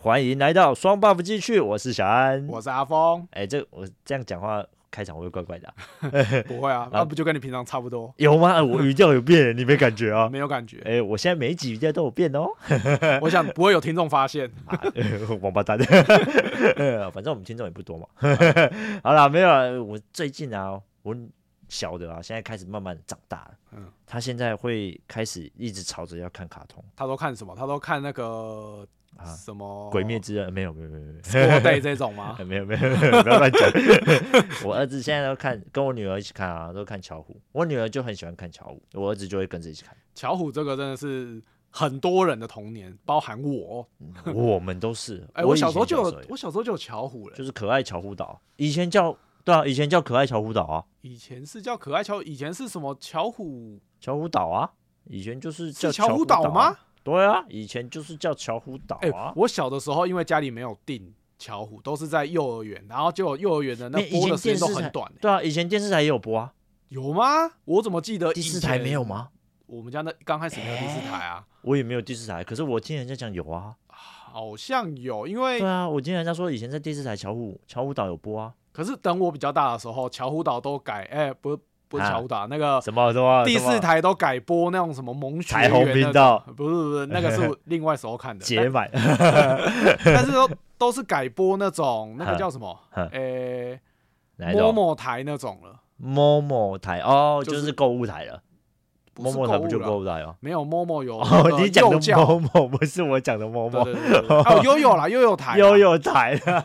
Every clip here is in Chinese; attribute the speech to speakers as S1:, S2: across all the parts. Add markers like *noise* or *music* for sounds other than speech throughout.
S1: 欢迎来到双 buff 继续，我是小安。
S2: 我是
S1: *laughs*
S2: 阿峰，
S1: 哎、这我这样讲话开场会怪怪的啊、 *laughs*
S2: 不会啊，那不就跟你平常差不多，
S1: 有吗？
S2: *laughs*
S1: 我语调有变，你没感觉啊？
S2: 没有感
S1: *laughs*
S2: 觉。
S1: 哎、我现在每一集语调都有变
S2: *laughs*
S1: 哦。
S2: 我想不会有听众发现，
S1: 啊， *laughs* 呃王
S2: *laughs*
S1: 八蛋，呃反正我们听众也不多嘛。 *laughs* 好啦，没有啦，我最近啊，我小的啊，现在开始慢慢长大了。嗯
S2: 嗯，
S1: 他现在会开始一直吵着要看卡通
S2: 他都看什么？他都看那个
S1: 啊，
S2: 什么
S1: 《
S2: 《
S1: 鬼灭之刃》没有没有没有没有。 *laughs*
S2: Day 这种吗？
S1: 哎没有没有，没有不要乱讲。
S2: *laughs*
S1: 我儿子现在都看，跟我女儿一起看啊，都看巧虎。我女儿就很喜欢看巧虎，我儿子就会跟着一起
S2: *laughs*
S1: 看。
S2: 巧虎这个真的是很多人的童年，包含我。
S1: 嗯我们都是，
S2: 哎，
S1: 我
S2: 我
S1: 以前
S2: 小时候就
S1: 也
S2: 有
S1: 有，
S2: 我小时候就有巧虎了
S1: 就。是可爱巧虎岛，以前叫对啊，以前叫可爱巧虎岛啊，
S2: 以前是叫可爱巧，以前是什么巧虎？
S1: 巧虎岛啊，以前就是叫
S2: 是巧
S1: 虎
S2: 虎岛
S1: 啊
S2: 吗？？
S1: 对啊，以前就是叫巧虎岛
S2: 哎
S1: 啊。，
S2: 我小的时候因为家里没有订巧虎，都是在幼儿园，然后就有幼儿园的那
S1: 没有以前
S2: 播的时间
S1: 电
S2: 都
S1: 视
S2: 很
S1: 台
S2: 短。
S1: 对啊，以前电视台也有播啊，
S2: 有吗？我怎么记得
S1: 第四台没有？吗？
S2: 我们家那刚开始没有第四台啊，
S1: 我也没有第四台，可是我听人家讲有啊。
S2: 好像有，因为
S1: 对啊，我听人家说以前在第四台巧虎巧虎岛有播啊。
S2: 可是等我比较大的时候，巧虎岛都改，哎、不不是
S1: 啊
S2: 巧虎岛，那个
S1: 什么什么
S2: 第
S1: 什么
S2: 四台都改播那种什么萌学
S1: 彩虹
S2: 园
S1: 频
S2: 那种
S1: 道，
S2: 不是不是，那个是我另外时候看的，
S1: 解满，
S2: 但但是都都是改播那种
S1: *laughs*
S2: 那个叫什么，
S1: 哼
S2: 哎，
S1: 哪一
S2: 某
S1: 种？
S2: 某台那种了，
S1: 哦某某台哦，
S2: 就
S1: 就是是购物台了。
S2: 不
S1: 某
S2: 是
S1: 某台不就购
S2: 购物啦
S1: 物台哦？
S2: 没有某某有那
S1: 哦，
S2: 个
S1: 你讲
S2: 幼
S1: 的
S2: 教
S1: 某某不是我讲的某某
S2: 对对对对对，哦悠悠啦，悠悠台啦，
S1: 悠悠台啦。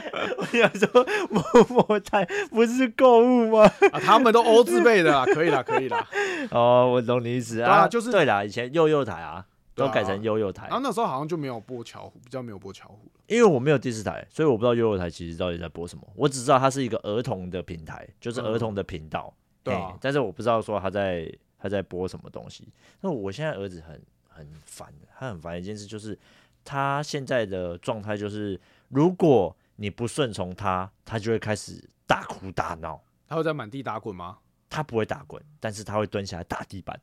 S2: *laughs*
S1: 我想说某某台不是购物吗？
S2: 啊，他们都欧字辈
S1: *laughs*
S2: 的啦，可以啦，可以啦。
S1: 哦，我懂你意思
S2: 对啊
S1: 啊，
S2: 就是
S1: 对啦，以前悠悠台啊，
S2: 对
S1: 都
S2: 啊
S1: 改成悠悠台
S2: 然，后那时候好像就没有播巧虎，比较没有播巧虎了。
S1: 因为我没有第四台，所以我不知道悠悠台其实到底在播什么。我只知道它是一个儿童的平台，就是儿童的频道，
S2: 嗯对
S1: 嘿
S2: 啊，
S1: 但是我不知道说他在他在播什么东西。那我现在儿子很很烦，他很烦的一件事就是，他现在的状态就是，如果你不顺从他，他就会开始大哭大闹。
S2: 他会在满地打滚吗？ *laughs*
S1: 他不会打滚，但是他会蹲下来打地板。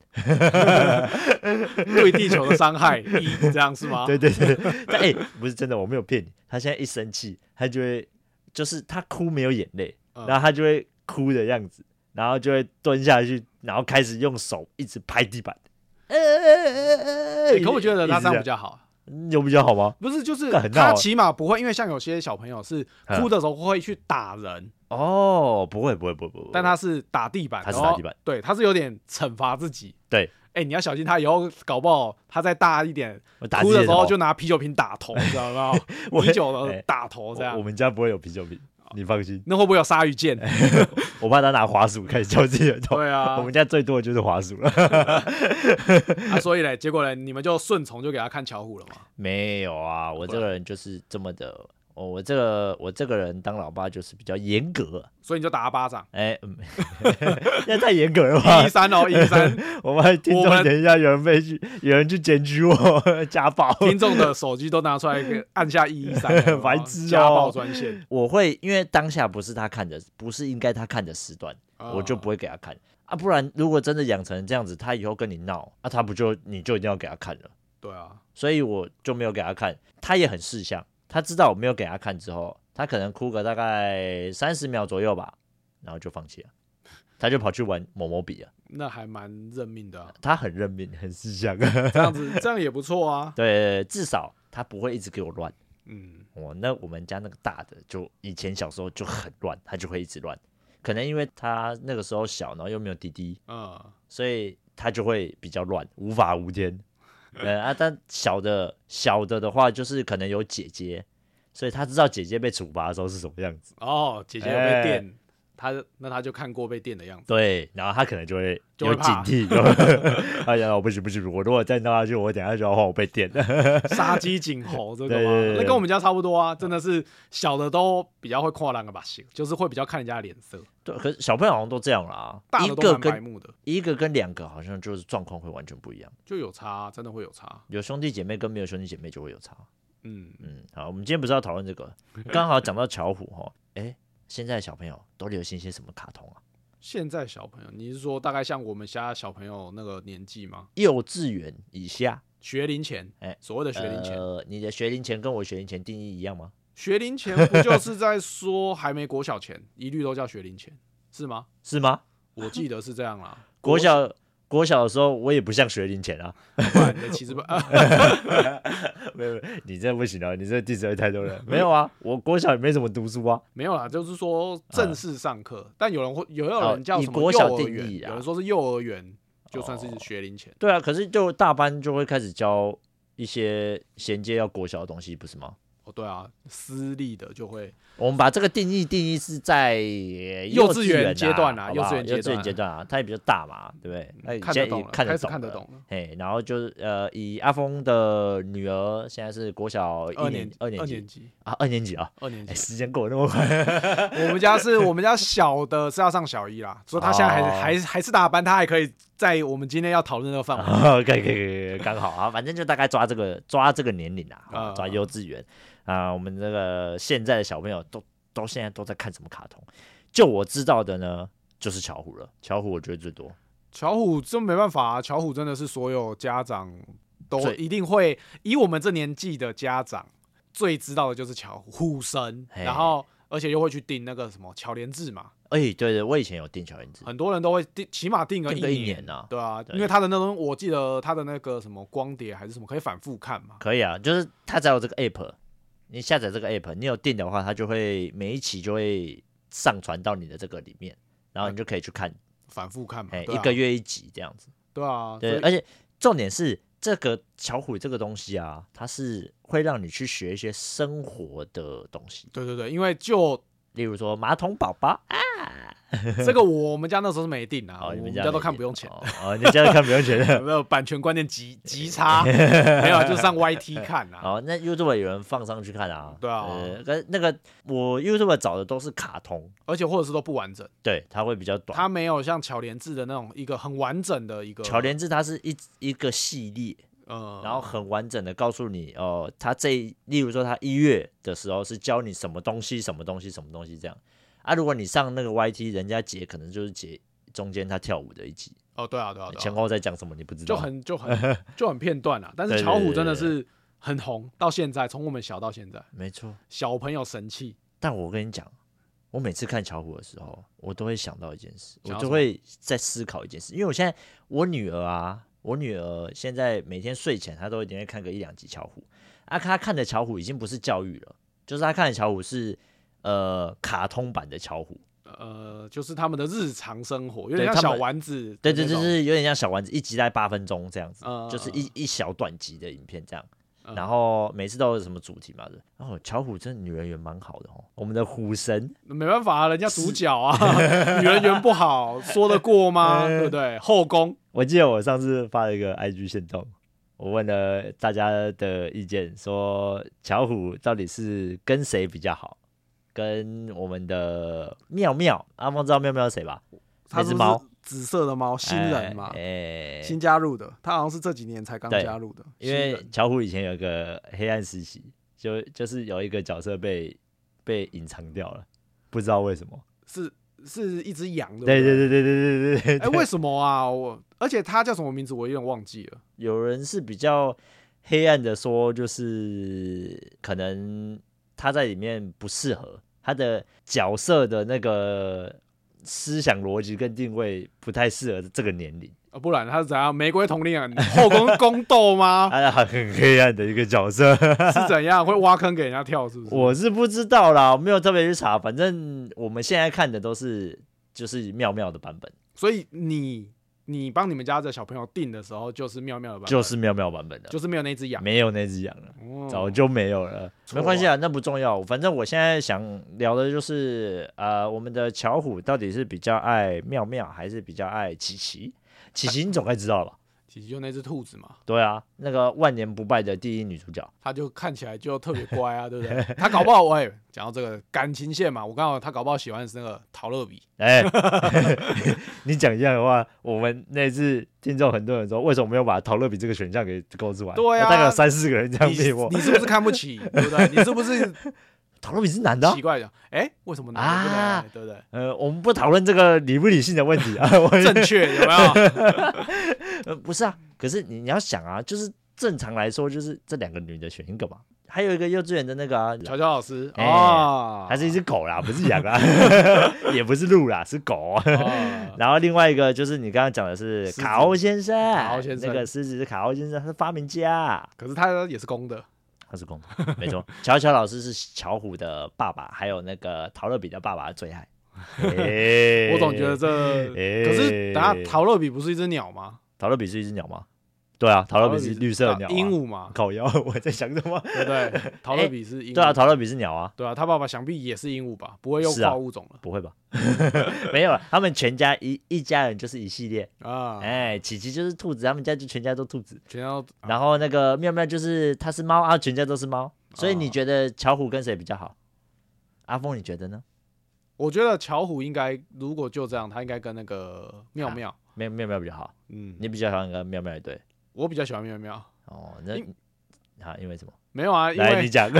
S2: 对地球的伤
S1: *laughs*
S2: 害一这样是吗？欸
S1: 对对 *laughs* 对，但哎、不是真的，我没有骗你。他现在一生气，他就会就是他哭没有眼泪，
S2: 嗯
S1: 然后他就会哭的样子，然后就会蹲下去，然后开始用手一直拍地板。呃呃呃呃
S2: 欸可我觉得他这样比
S1: 较
S2: 较好，
S1: 有比较好吗？
S2: 不是就是
S1: 干很闹啊
S2: 他起码不会，因为像有些小朋友是
S1: 嗯
S2: 哭的时候会去打人，
S1: 哦，不会不会不会不会，
S2: 但他是打地板，
S1: 他是
S2: 然后
S1: 打地板，
S2: 对，他是有点惩罚自己。
S1: 对，
S2: 哎，你要小心他以后搞不好他再大一点，
S1: 我打
S2: 哭
S1: 字
S2: 的时候就拿啤酒瓶打头，知道吗？
S1: *laughs* 我
S2: 啤酒的
S1: 哎
S2: 打头这
S1: 我我
S2: 样，
S1: 们家不会有啤酒瓶，你放 *laughs* 心，
S2: 那会不会有鲨鱼剑？
S1: 我怕他拿滑鼠开始敲自己的头。
S2: 对啊
S1: 我，们家最多的就是滑鼠了，
S2: 啊，所以嘞，结果嘞，你们就顺从就给他看巧虎了嘛？
S1: 没有啊，我
S2: 不
S1: 这个人就是这么的，哦我这个我这个人当老爸就是比较严格，
S2: 所以你就打他
S1: *laughs*
S2: 巴掌，
S1: 哎、嗯，那太严格了吧
S2: 一？三哦，一三，
S1: 我们听
S2: 我
S1: 众
S2: 们
S1: 等一下有人被去，有人去检举我家 *laughs* 暴。
S2: 听众的手机都拿出来给按下一一三，有没
S1: *laughs*
S2: 有
S1: 白痴哦
S2: 家暴
S1: *laughs*
S2: 专线，
S1: 我会因为当下不是他看的，不是应该他看的时段，
S2: 啊
S1: 我就不会给他看啊。不然如果真的养成这样子，他以后跟你闹，啊，他不就你就一定要给他看了。
S2: 对啊，
S1: 所以我就没有给他看，他也很识相，他知道我没有给他看之后，他可能哭个大概三十秒左右吧，然后就放弃了，他就跑去玩某某笔了。
S2: 那还蛮认命的啊、
S1: 他很认命，很识相。 *laughs*
S2: 这样子这样也不错啊，
S1: 对，至少他不会一直给我乱。
S2: 嗯，
S1: 我、那我们家那个大的，就以前小时候就很乱，他就会一直乱。可能因为他那个时候小，然后又没有弟弟，
S2: 嗯，
S1: 所以他就会比较乱，无法无 *laughs* 天。呃啊，但小的小的的话，就是可能有姐姐，所以他知道姐姐被处罚的时候是什么样子。
S2: 哦，姐姐有被电，
S1: 哎
S2: 他那他就看过被电的样子，
S1: 对，然后他可能就会
S2: 就
S1: 有
S2: 会
S1: 警
S2: 怕
S1: 惕，有 *laughs* 他想到不行不行，我如果再闹下去，我等下就要换我被电。 *laughs*
S2: 杀鸡儆猴这个
S1: 对对对
S2: 嘛，
S1: 对
S2: 那跟我们家差不多啊，真的是小的都比较会跨栏个把戏，就是会比较看人家的脸色，
S1: 对，可是小朋友好像都这样啦，
S2: 大
S1: 一
S2: 的都
S1: 个
S2: 蛮白
S1: 跟
S2: 目的，
S1: 一个跟两个好像就是状况会完全不一样，
S2: 就有差啊，真的会有差，
S1: 有兄弟姐妹跟没有兄弟姐妹就会有差。
S2: 嗯，
S1: 嗯，好，我们今天不是要讨论这个， *laughs* 刚好讲到巧虎哈，哎、现在小朋友都流行些什么卡通啊？
S2: 现在小朋友，你是说大概像我们家小朋友那个年纪吗？
S1: 幼稚园以下
S2: 学龄前，
S1: 哎
S2: 所谓的学龄前，
S1: 呃，你的学龄前跟我学龄前定义一样吗？
S2: 学龄前不就是在说还没国小
S1: *laughs*
S2: 前，一律都叫学龄前，是吗？
S1: 是吗？
S2: 我记得是这样啦。
S1: 国小国小的时候，我也不像学龄前啊，
S2: 不然你 *laughs* 的其实不，呃
S1: *laughs* 没有，没有你这不行啊，你这 diss 会太多 *laughs* 人。没有啊，我国小也没怎么读书啊，
S2: 没有啦，就是说正式上课，但有人会，有有
S1: 啊哦
S2: 人叫
S1: 以
S2: 什么
S1: 国
S2: 幼
S1: 小
S2: 儿
S1: 定
S2: 园，
S1: 义啊
S2: 有人说是幼儿园，就算是学龄前。
S1: 对啊，可是就大班就会开始教一些衔接要国小的东西，不是吗？
S2: 哦，对啊，私立的就会
S1: 我们把这个定义定义是在呃
S2: 幼
S1: 稚
S2: 稚
S1: 园
S2: 园
S1: 啊
S2: 阶段啊
S1: 好不好
S2: 幼稚园阶
S1: 幼稚园
S2: 段
S1: 阶段啊，它也比较大嘛，对不对？那你
S2: 嗯看
S1: 哎现
S2: 得
S1: 在
S2: 懂
S1: 也
S2: 了，
S1: 看
S2: 开
S1: 得
S2: 始
S1: 懂，
S2: 看得。懂了。
S1: 嘿，然后就是呃，以阿峰的女儿现在是国小一
S2: 二
S1: 年
S2: 二
S1: 二年级
S2: 级，
S1: 啊，二年级啊，
S2: 二年级
S1: 哎，。时间过得那么快，
S2: 我们
S1: *laughs*
S2: 家是我们家小的是要上小一啦，所以他现在还是、
S1: 哦
S2: 还是还是大班，他还可以在我们今天要讨论的范围。
S1: 啊， *laughs* 可以可以可以可以，刚好啊，反正就大概抓这个抓这个年龄啊，啊
S2: 啊
S1: 抓幼稚园啊，我们这个现在的小朋友都都现在都在看什么卡通？就我知道的呢，就是巧虎了，巧虎我觉得最多，
S2: 巧虎真没办法、啊，巧虎真的是所有家长都
S1: 最
S2: 一定会，以我们这年纪的家长最知道的就是巧虎虎神，
S1: 嘿
S2: 然后而且又会去订那个什么巧莲智嘛，
S1: 哎、对对，我以前有订小燕子，
S2: 很多人都会订，起码订个
S1: 订个啊一
S2: 一
S1: 年啊
S2: 对啊，
S1: 对
S2: 因为他的那种，我记得他的那个什么光碟还是什么可以反复看嘛，
S1: 可以啊，就是它只要有这个 app，你下载这个 app，你有订的话，它就会每一期就会上传到你的这个里面，然后你就可以去看，
S2: 反复看嘛，
S1: 哎、
S2: 啊对啊
S1: 一个月一集这样子。
S2: 对啊，
S1: 对，
S2: 所以
S1: 而且重点是这个巧虎这个东西啊，它是会让你去学一些生活的东西，
S2: 对对对，因为就
S1: 例如说马桶宝宝，
S2: 这个我们家那时候是没定啊，
S1: 哦，
S2: 我
S1: 你
S2: 们
S1: 家
S2: 都
S1: 没
S2: 看
S1: 有
S2: 不用钱，
S1: 哦，哦你们家都看不用
S2: *laughs*
S1: 钱的。
S2: 没有版权观念极极差，
S1: *laughs*
S2: 没有啊就上 YT 看啊。
S1: 哦，那 YouTube 有人放上去看啊？
S2: 对啊
S1: 呃可是那个我 YouTube 找的都是卡通，
S2: 而且或者是都不完整，
S1: 对，它会比较短。
S2: 它没有像巧莲智的那种一个很完整的一个
S1: 乔莲志它是一一个系列，
S2: 呃，
S1: 然后很完整的告诉你，哦，他这一例如说他一月的时候是教你什么东西，什么东西，什么东西这样啊。如果你上那个 YT，人家截可能就是截中间他跳舞的一集，
S2: 哦对啊对啊对
S1: 前
S2: 啊，
S1: 后在讲什么你不知道，
S2: 就很就很
S1: *laughs*
S2: 就很片段啊。但
S1: 哦对
S2: 是
S1: 对
S2: 巧
S1: 对
S2: 虎
S1: 对
S2: 真的
S1: 对
S2: 是很红，到现在从我们小到现在，
S1: 没错。
S2: 小朋友神器，
S1: 但我跟你讲，我每次看巧虎的时候，我都会想到一件事，我
S2: 想到
S1: 就
S2: 什么
S1: 会在思考一件事，因为我现在我女儿啊，我女儿现在每天睡前她都一定会看个一两集巧虎，啊，她看的巧虎已经不是教育了，就是她看的巧虎是呃卡通版的巧虎。
S2: 呃，就是他们的日常生活，有
S1: 对
S2: 点像
S1: 他
S2: 小
S1: 们
S2: 丸子，
S1: 对对对，就是有点像小丸子，一集大概八分钟这样子，*laughs*
S2: 嗯
S1: 就是
S2: 嗯
S1: 一一小短集的影片这样。
S2: 嗯
S1: 然后每次都有什么主题嘛的。哦，巧虎真的女人缘蛮好的哦，我们的虎神
S2: 没办法啊，人家主角
S1: *laughs*
S2: 啊，女人缘不好，说得过吗？对不对？后宫
S1: 我记得我上次发了一个 IG 线动，我问了大家的意见，说巧虎到底是跟谁比较好？跟我们的妙妙，阿峰知道妙妙是谁吧？
S2: 它
S1: 那
S2: 是
S1: 只
S2: 不是
S1: 猫
S2: 紫色的猫，新人嘛
S1: 哎，哎
S2: 新加入的，他好像是这几年才刚
S1: 对
S2: 加入的，
S1: 因
S2: 新
S1: 为
S2: 人
S1: 巧虎以前有一个黑暗实习，就就是有一个角色被被隐藏掉了，不知道为什么。
S2: 是是一只羊的，
S1: 对
S2: 不
S1: 对对对对对对
S2: 哎、
S1: 对，
S2: 为什么啊？我而且他叫什么名字我有点忘记了。
S1: 有人是比较黑暗的说，就是可能他在里面不适合他的角色的那个思想逻辑跟定位不太适合这个年龄，
S2: 啊，不然他是怎样？玫瑰同龄人后宫宫斗吗？
S1: 他很黑暗的一个角色。 *laughs*
S2: 是怎样会挖坑给人家跳？是不是？
S1: 我是不知道啦，我没有特别去查，反正我们现在看的都是就是妙妙的版本。
S2: 所以你你帮你们家的小朋友订的时候，就是妙妙的吧？
S1: 就是妙妙版本的，
S2: 就是没有那只羊，
S1: 没有那只羊啊了，
S2: 哦
S1: 早就没有了。嗯
S2: 错
S1: 没关系啊，那不重要。反正我现在想聊的就是，呃，我们的巧虎到底是比较爱妙妙，还是比较爱琪琪？琪琪你总该知道了吧？
S2: 其实就那只兔子嘛，
S1: 对啊，那个万年不败的第一女主角，
S2: 它就看起来就特别
S1: *laughs*
S2: 乖啊，对不对？它搞不好，哎、讲到这个感情线嘛，我刚好它搞不好喜欢的是那个陶乐比，
S1: 哎、 *laughs* 你讲一样的话，我们那次听众很多人说，为什么没有把陶乐比这个选项给勾出来？
S2: 对啊
S1: 大概有三四个人这样
S2: 你
S1: 逼我。
S2: 你是不是看不起？对不对？你是不是
S1: 陶乐比是男的啊、
S2: 奇怪的？哎、为什么男的不能爱？
S1: 啊
S2: 对不对？ *laughs*
S1: 呃，我们不讨论这个理不理性的问题啊，我 *laughs*
S2: 正确有没有？
S1: 呃，不是啊，可是你你要想啊，就是正常来说就是这两个女的选一个嘛。还有一个幼稚园的那个啊，
S2: 乔乔老师
S1: 哎
S2: 啊，
S1: 还是一只狗啦，不是羊
S2: *laughs*
S1: 啦，也不是鹿啦，是狗。
S2: 啊
S1: 然后另外一个就是你刚刚讲的是
S2: 狮子
S1: 卡欧先生，
S2: 卡欧先生
S1: 那个狮子是卡欧先生，他是发明家，
S2: 可是他也是
S1: *laughs*
S2: 公的，
S1: 他是公
S2: *laughs*
S1: 的，没错。乔乔老师是巧虎的爸爸，还有那个陶乐比的爸爸的最爱。嘿
S2: *laughs* 我总觉得这，
S1: 哎
S2: 可是等下陶乐比不是一只鸟吗？
S1: 陶乐比是一只鸟吗？对啊，陶乐比
S2: 陶
S1: 是绿色的鸟、啊，
S2: 鹦。鹉嘛，
S1: 烤腰，我在想什么？
S2: 对不对？
S1: *laughs*
S2: 陶乐比是鹦鹉，
S1: 对啊，陶乐比是鸟啊，
S2: 对啊，他爸爸想必也是鹦鹉吧？不会又
S1: 是啊
S2: 跨物种了
S1: 不会吧？ *laughs* 没有了，啊他们全家一一家人就是一系列。
S2: 啊？
S1: 哎，琪琪就是兔子，他们家就全家都兔子。
S2: 全要
S1: 然后那个妙妙就是它是猫啊，全家都是猫。所以你觉得巧虎跟谁比较好？阿峰，你觉得呢？
S2: 我觉得巧虎应该，如果就这样，他应该跟那个妙妙，
S1: 妙妙妙比较好，
S2: 嗯，
S1: 你比较喜欢跟妙妙一对
S2: 我比较喜欢妙妙。
S1: 哦？那
S2: 因
S1: 好，因为什么？
S2: 没有啊，因
S1: 来，你
S2: 为 *laughs*
S1: 讲。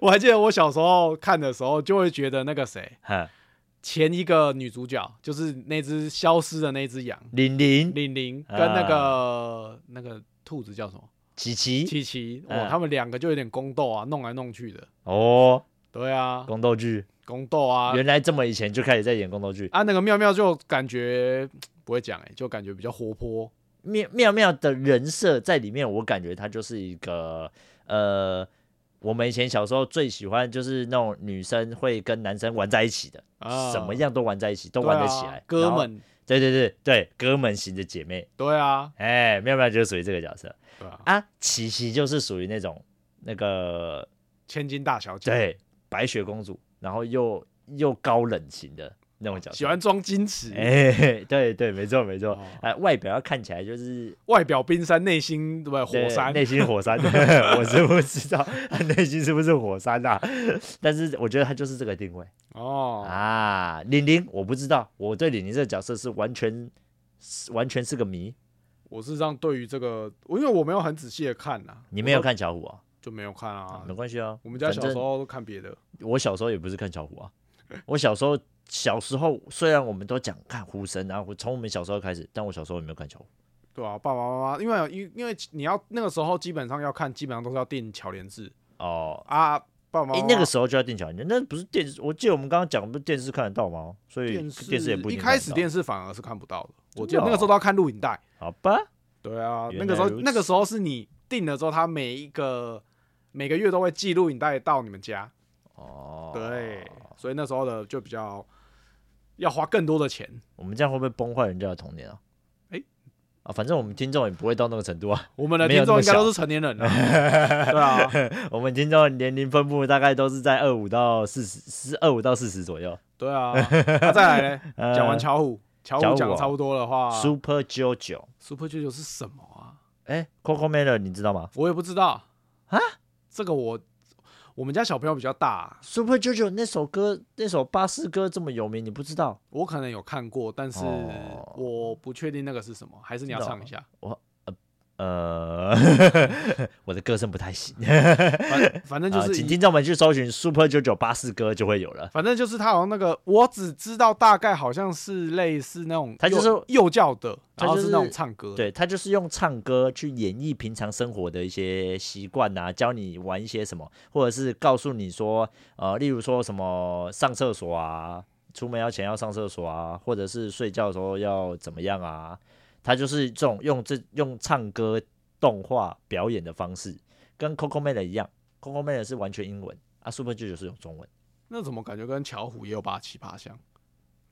S2: 我还记得我小时候看的时候，就会觉得那个谁，
S1: 哈
S2: 前一个女主角就是那只消失的那只羊
S1: 玲玲、
S2: 玲玲，
S1: 啊
S2: 跟那个那个兔子叫什么
S1: 琪琪
S2: 琪琪，
S1: 嗯
S2: 哇，他们两个就有点宫斗啊，弄来弄去的。
S1: 哦，
S2: 对啊，
S1: 宫斗剧，
S2: 宫斗啊，
S1: 原来这么以前就开始在演宫斗剧。
S2: 啊，那个妙妙就感觉不会讲哎、就感觉比较活泼，
S1: 妙妙妙的人设在里面，我感觉她就是一个呃，我们以前小时候最喜欢就是那种女生会跟男生玩在一起的，
S2: 啊
S1: 什么样都玩在一起，都
S2: 对
S1: 玩得起来，
S2: 啊、哥
S1: 然后，
S2: 们，
S1: 对对对对，哥们型的姐妹，
S2: 对啊，
S1: 哎，妙妙就是属于这个角色
S2: 对啊，
S1: 啊，琪琪就是属于那种那个
S2: 千金大小姐，，
S1: 对白雪公主，然后又又高冷型的那种角色，
S2: 喜欢装矜持，
S1: 哎，对对，没错没错
S2: 哦，
S1: 哎，外表要看起来就是
S2: 外表冰山，内心对不对？
S1: 对
S2: 火山，
S1: 内心火
S2: *laughs*
S1: 山， *laughs* 我是不知道他内心是不是火山啊，但是我觉得他就是这个定位
S2: 哦，
S1: 啊。玲玲，我不知道，我对玲玲这个角色是完全是完全是个谜。
S2: 我是这样对于这个，我因为我没有很仔细的看呐、
S1: 你没有
S2: 我都
S1: 看巧虎啊？
S2: 就没有看啊
S1: 啊，没关系啊，
S2: 我们家小时
S1: 反正
S2: 候都看别的，
S1: 我小时候也不是看巧虎啊，我小时候。小时候虽然我们都讲看虎神啊，我从我们小时候开始，但我小时候也没有看巧虎。
S2: 对啊，爸爸妈妈，因为因因为你要那个时候基本上要看，基本上都是要订巧莲制
S1: 哦，
S2: 啊，爸爸妈
S1: 诶、
S2: 妈、
S1: 那个时候就要定巧虎，那不是电视？我记得我们刚刚讲，不是电视看得到吗？所以
S2: 电视
S1: 电视也不
S2: 一
S1: 定看
S2: 开
S1: 得
S2: 始
S1: 到
S2: 电视反而是看不到的，我记
S1: 真的
S2: 得那个时候都要看录影带。
S1: 好吧？
S2: 对啊，
S1: 原来
S2: 那个时候
S1: 如此
S2: 那个时候是你定了之后，他每一个每个月都会寄录影带到你们家，
S1: 哦，
S2: 对，所以那时候的就比较要花更多的钱。
S1: 我们这样会不会崩坏人家的童年啊？
S2: 诶
S1: 啊，反正我们听众也不会到那个程度啊， *laughs*
S2: 我们的
S1: 没有
S2: 听
S1: 那
S2: 众
S1: 么
S2: 应该
S1: 小
S2: 都是成年人了，对啊，
S1: 我们听众的年龄分布大概都是在二五到四十，是二五到四十左右。
S2: 对啊。那、再来呢，
S1: 呃
S2: 讲完巧虎，巧
S1: 巧
S2: 虎
S1: 虎
S2: 讲
S1: 哦
S2: 得差不多的话
S1: Super JoJo，
S2: ，Super JoJo 是什么啊？
S1: 哎，Coco Melon 你知道吗
S2: 我也不知道啊，这个我我们家小朋友比较大、啊
S1: ？Super JoJo 那首歌，那首巴士歌这么有名，你不知道？
S2: 我可能有看过，但是
S1: 哦
S2: 我不确定那个是什么，还是你要
S1: 真的哦
S2: 唱一下。
S1: 呃， *laughs* 我的歌声不太行，
S2: 反反正就
S1: 啊
S2: 是
S1: 请
S2: 以
S1: 听众们去搜寻 Super JoJo 巴士歌就会有了。
S2: 反正就是他好像那个，我只知道大概好像是类似那种，
S1: 他就是
S2: 幼幼教的，
S1: 他
S2: 然后
S1: 就是
S2: 是那种唱歌的，
S1: 对他就是用唱歌去演绎平常生活的一些习惯啊，教你玩一些什么，或者是告诉你说，呃，例如说什么上厕所啊，出门要前要上厕所啊，或者是睡觉的时候要怎么样啊，他就是这种用这用唱歌动画表演的方式，跟 Coco 妹的一样，Coco 妹的是完全英文啊，Super JoJo 是用中文。
S2: 那怎么感觉跟巧虎也有八七八像？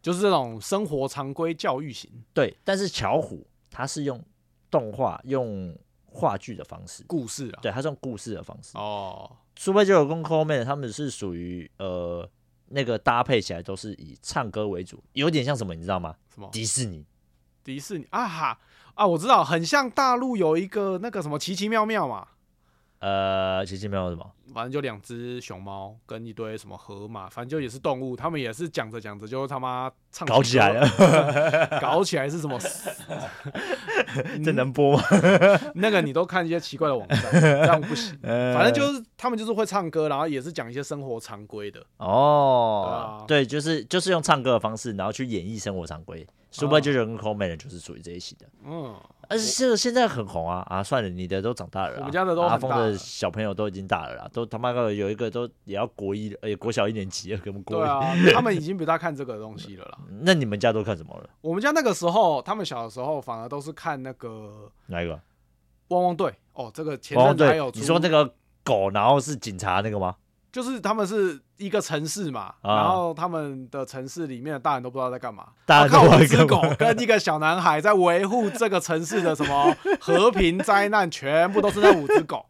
S2: 就是这种生活常规教育型
S1: 对，但是巧虎他是用动画用话剧的方式，
S2: 故事啊。
S1: 对，他是用故事的方式。
S2: 哦，
S1: Super Junior 跟 c o m a n 他们是属于呃那个搭配起来都是以唱歌为主，有点像什么你知道吗？
S2: 什么
S1: 迪士尼
S2: 迪士尼啊哈啊，我知道，很像大陆有一个那个什么奇奇妙妙嘛，
S1: 呃，其实没有什么
S2: 反正就两只熊猫跟一堆什么河马，反正就也是动物，他们也是讲着讲着就他妈唱
S1: 搞起来
S2: 歌 *laughs*
S1: 了，
S2: 搞起来是什么？
S1: 这
S2: 嗯
S1: 能播吗？
S2: 那个你都看一些奇怪的网站，这样不行。反正就是他们就是会唱歌，然后也是讲一些生活常规的。
S1: *laughs* 哦
S2: 对啊，
S1: 对，就是就是用唱歌的方式，然后去演绎生活常规。Super
S2: 啊
S1: Junior 跟 Coleman 就是属于这一型的，
S2: 嗯，
S1: 而且现在现在很红啊啊！算了，你的都长大了啦，
S2: 我们家的都
S1: 阿
S2: 很
S1: 峰
S2: 大了
S1: 的小朋友都已经大了啦，都他妈的有一个都也要国一了，哎、国小一年级了，跟我们
S2: 对
S1: 国一。
S2: 啊，他们已经不大看这个东西了
S1: *laughs*
S2: 啦。
S1: 那你们家都看什么了？
S2: 我们家那个时候，他们小的时候反而都是看那个
S1: 哪一个？
S2: 汪汪队哦，这个前
S1: 哦，
S2: 阵子还
S1: 对
S2: 有，啊
S1: 你说那
S2: 个
S1: 个狗，然后是警察那个吗？
S2: 就是他们是一个城市嘛，
S1: 啊
S2: 然后他们的城市里面的大人都不知道在干嘛，
S1: *laughs* 大人都不知道
S2: 靠
S1: 在
S2: 一只
S1: 干
S2: 狗
S1: 嘛
S2: 跟一个小男孩在维护这个城市的什么和平灾难，全部都是那五只
S1: *laughs*
S2: 狗，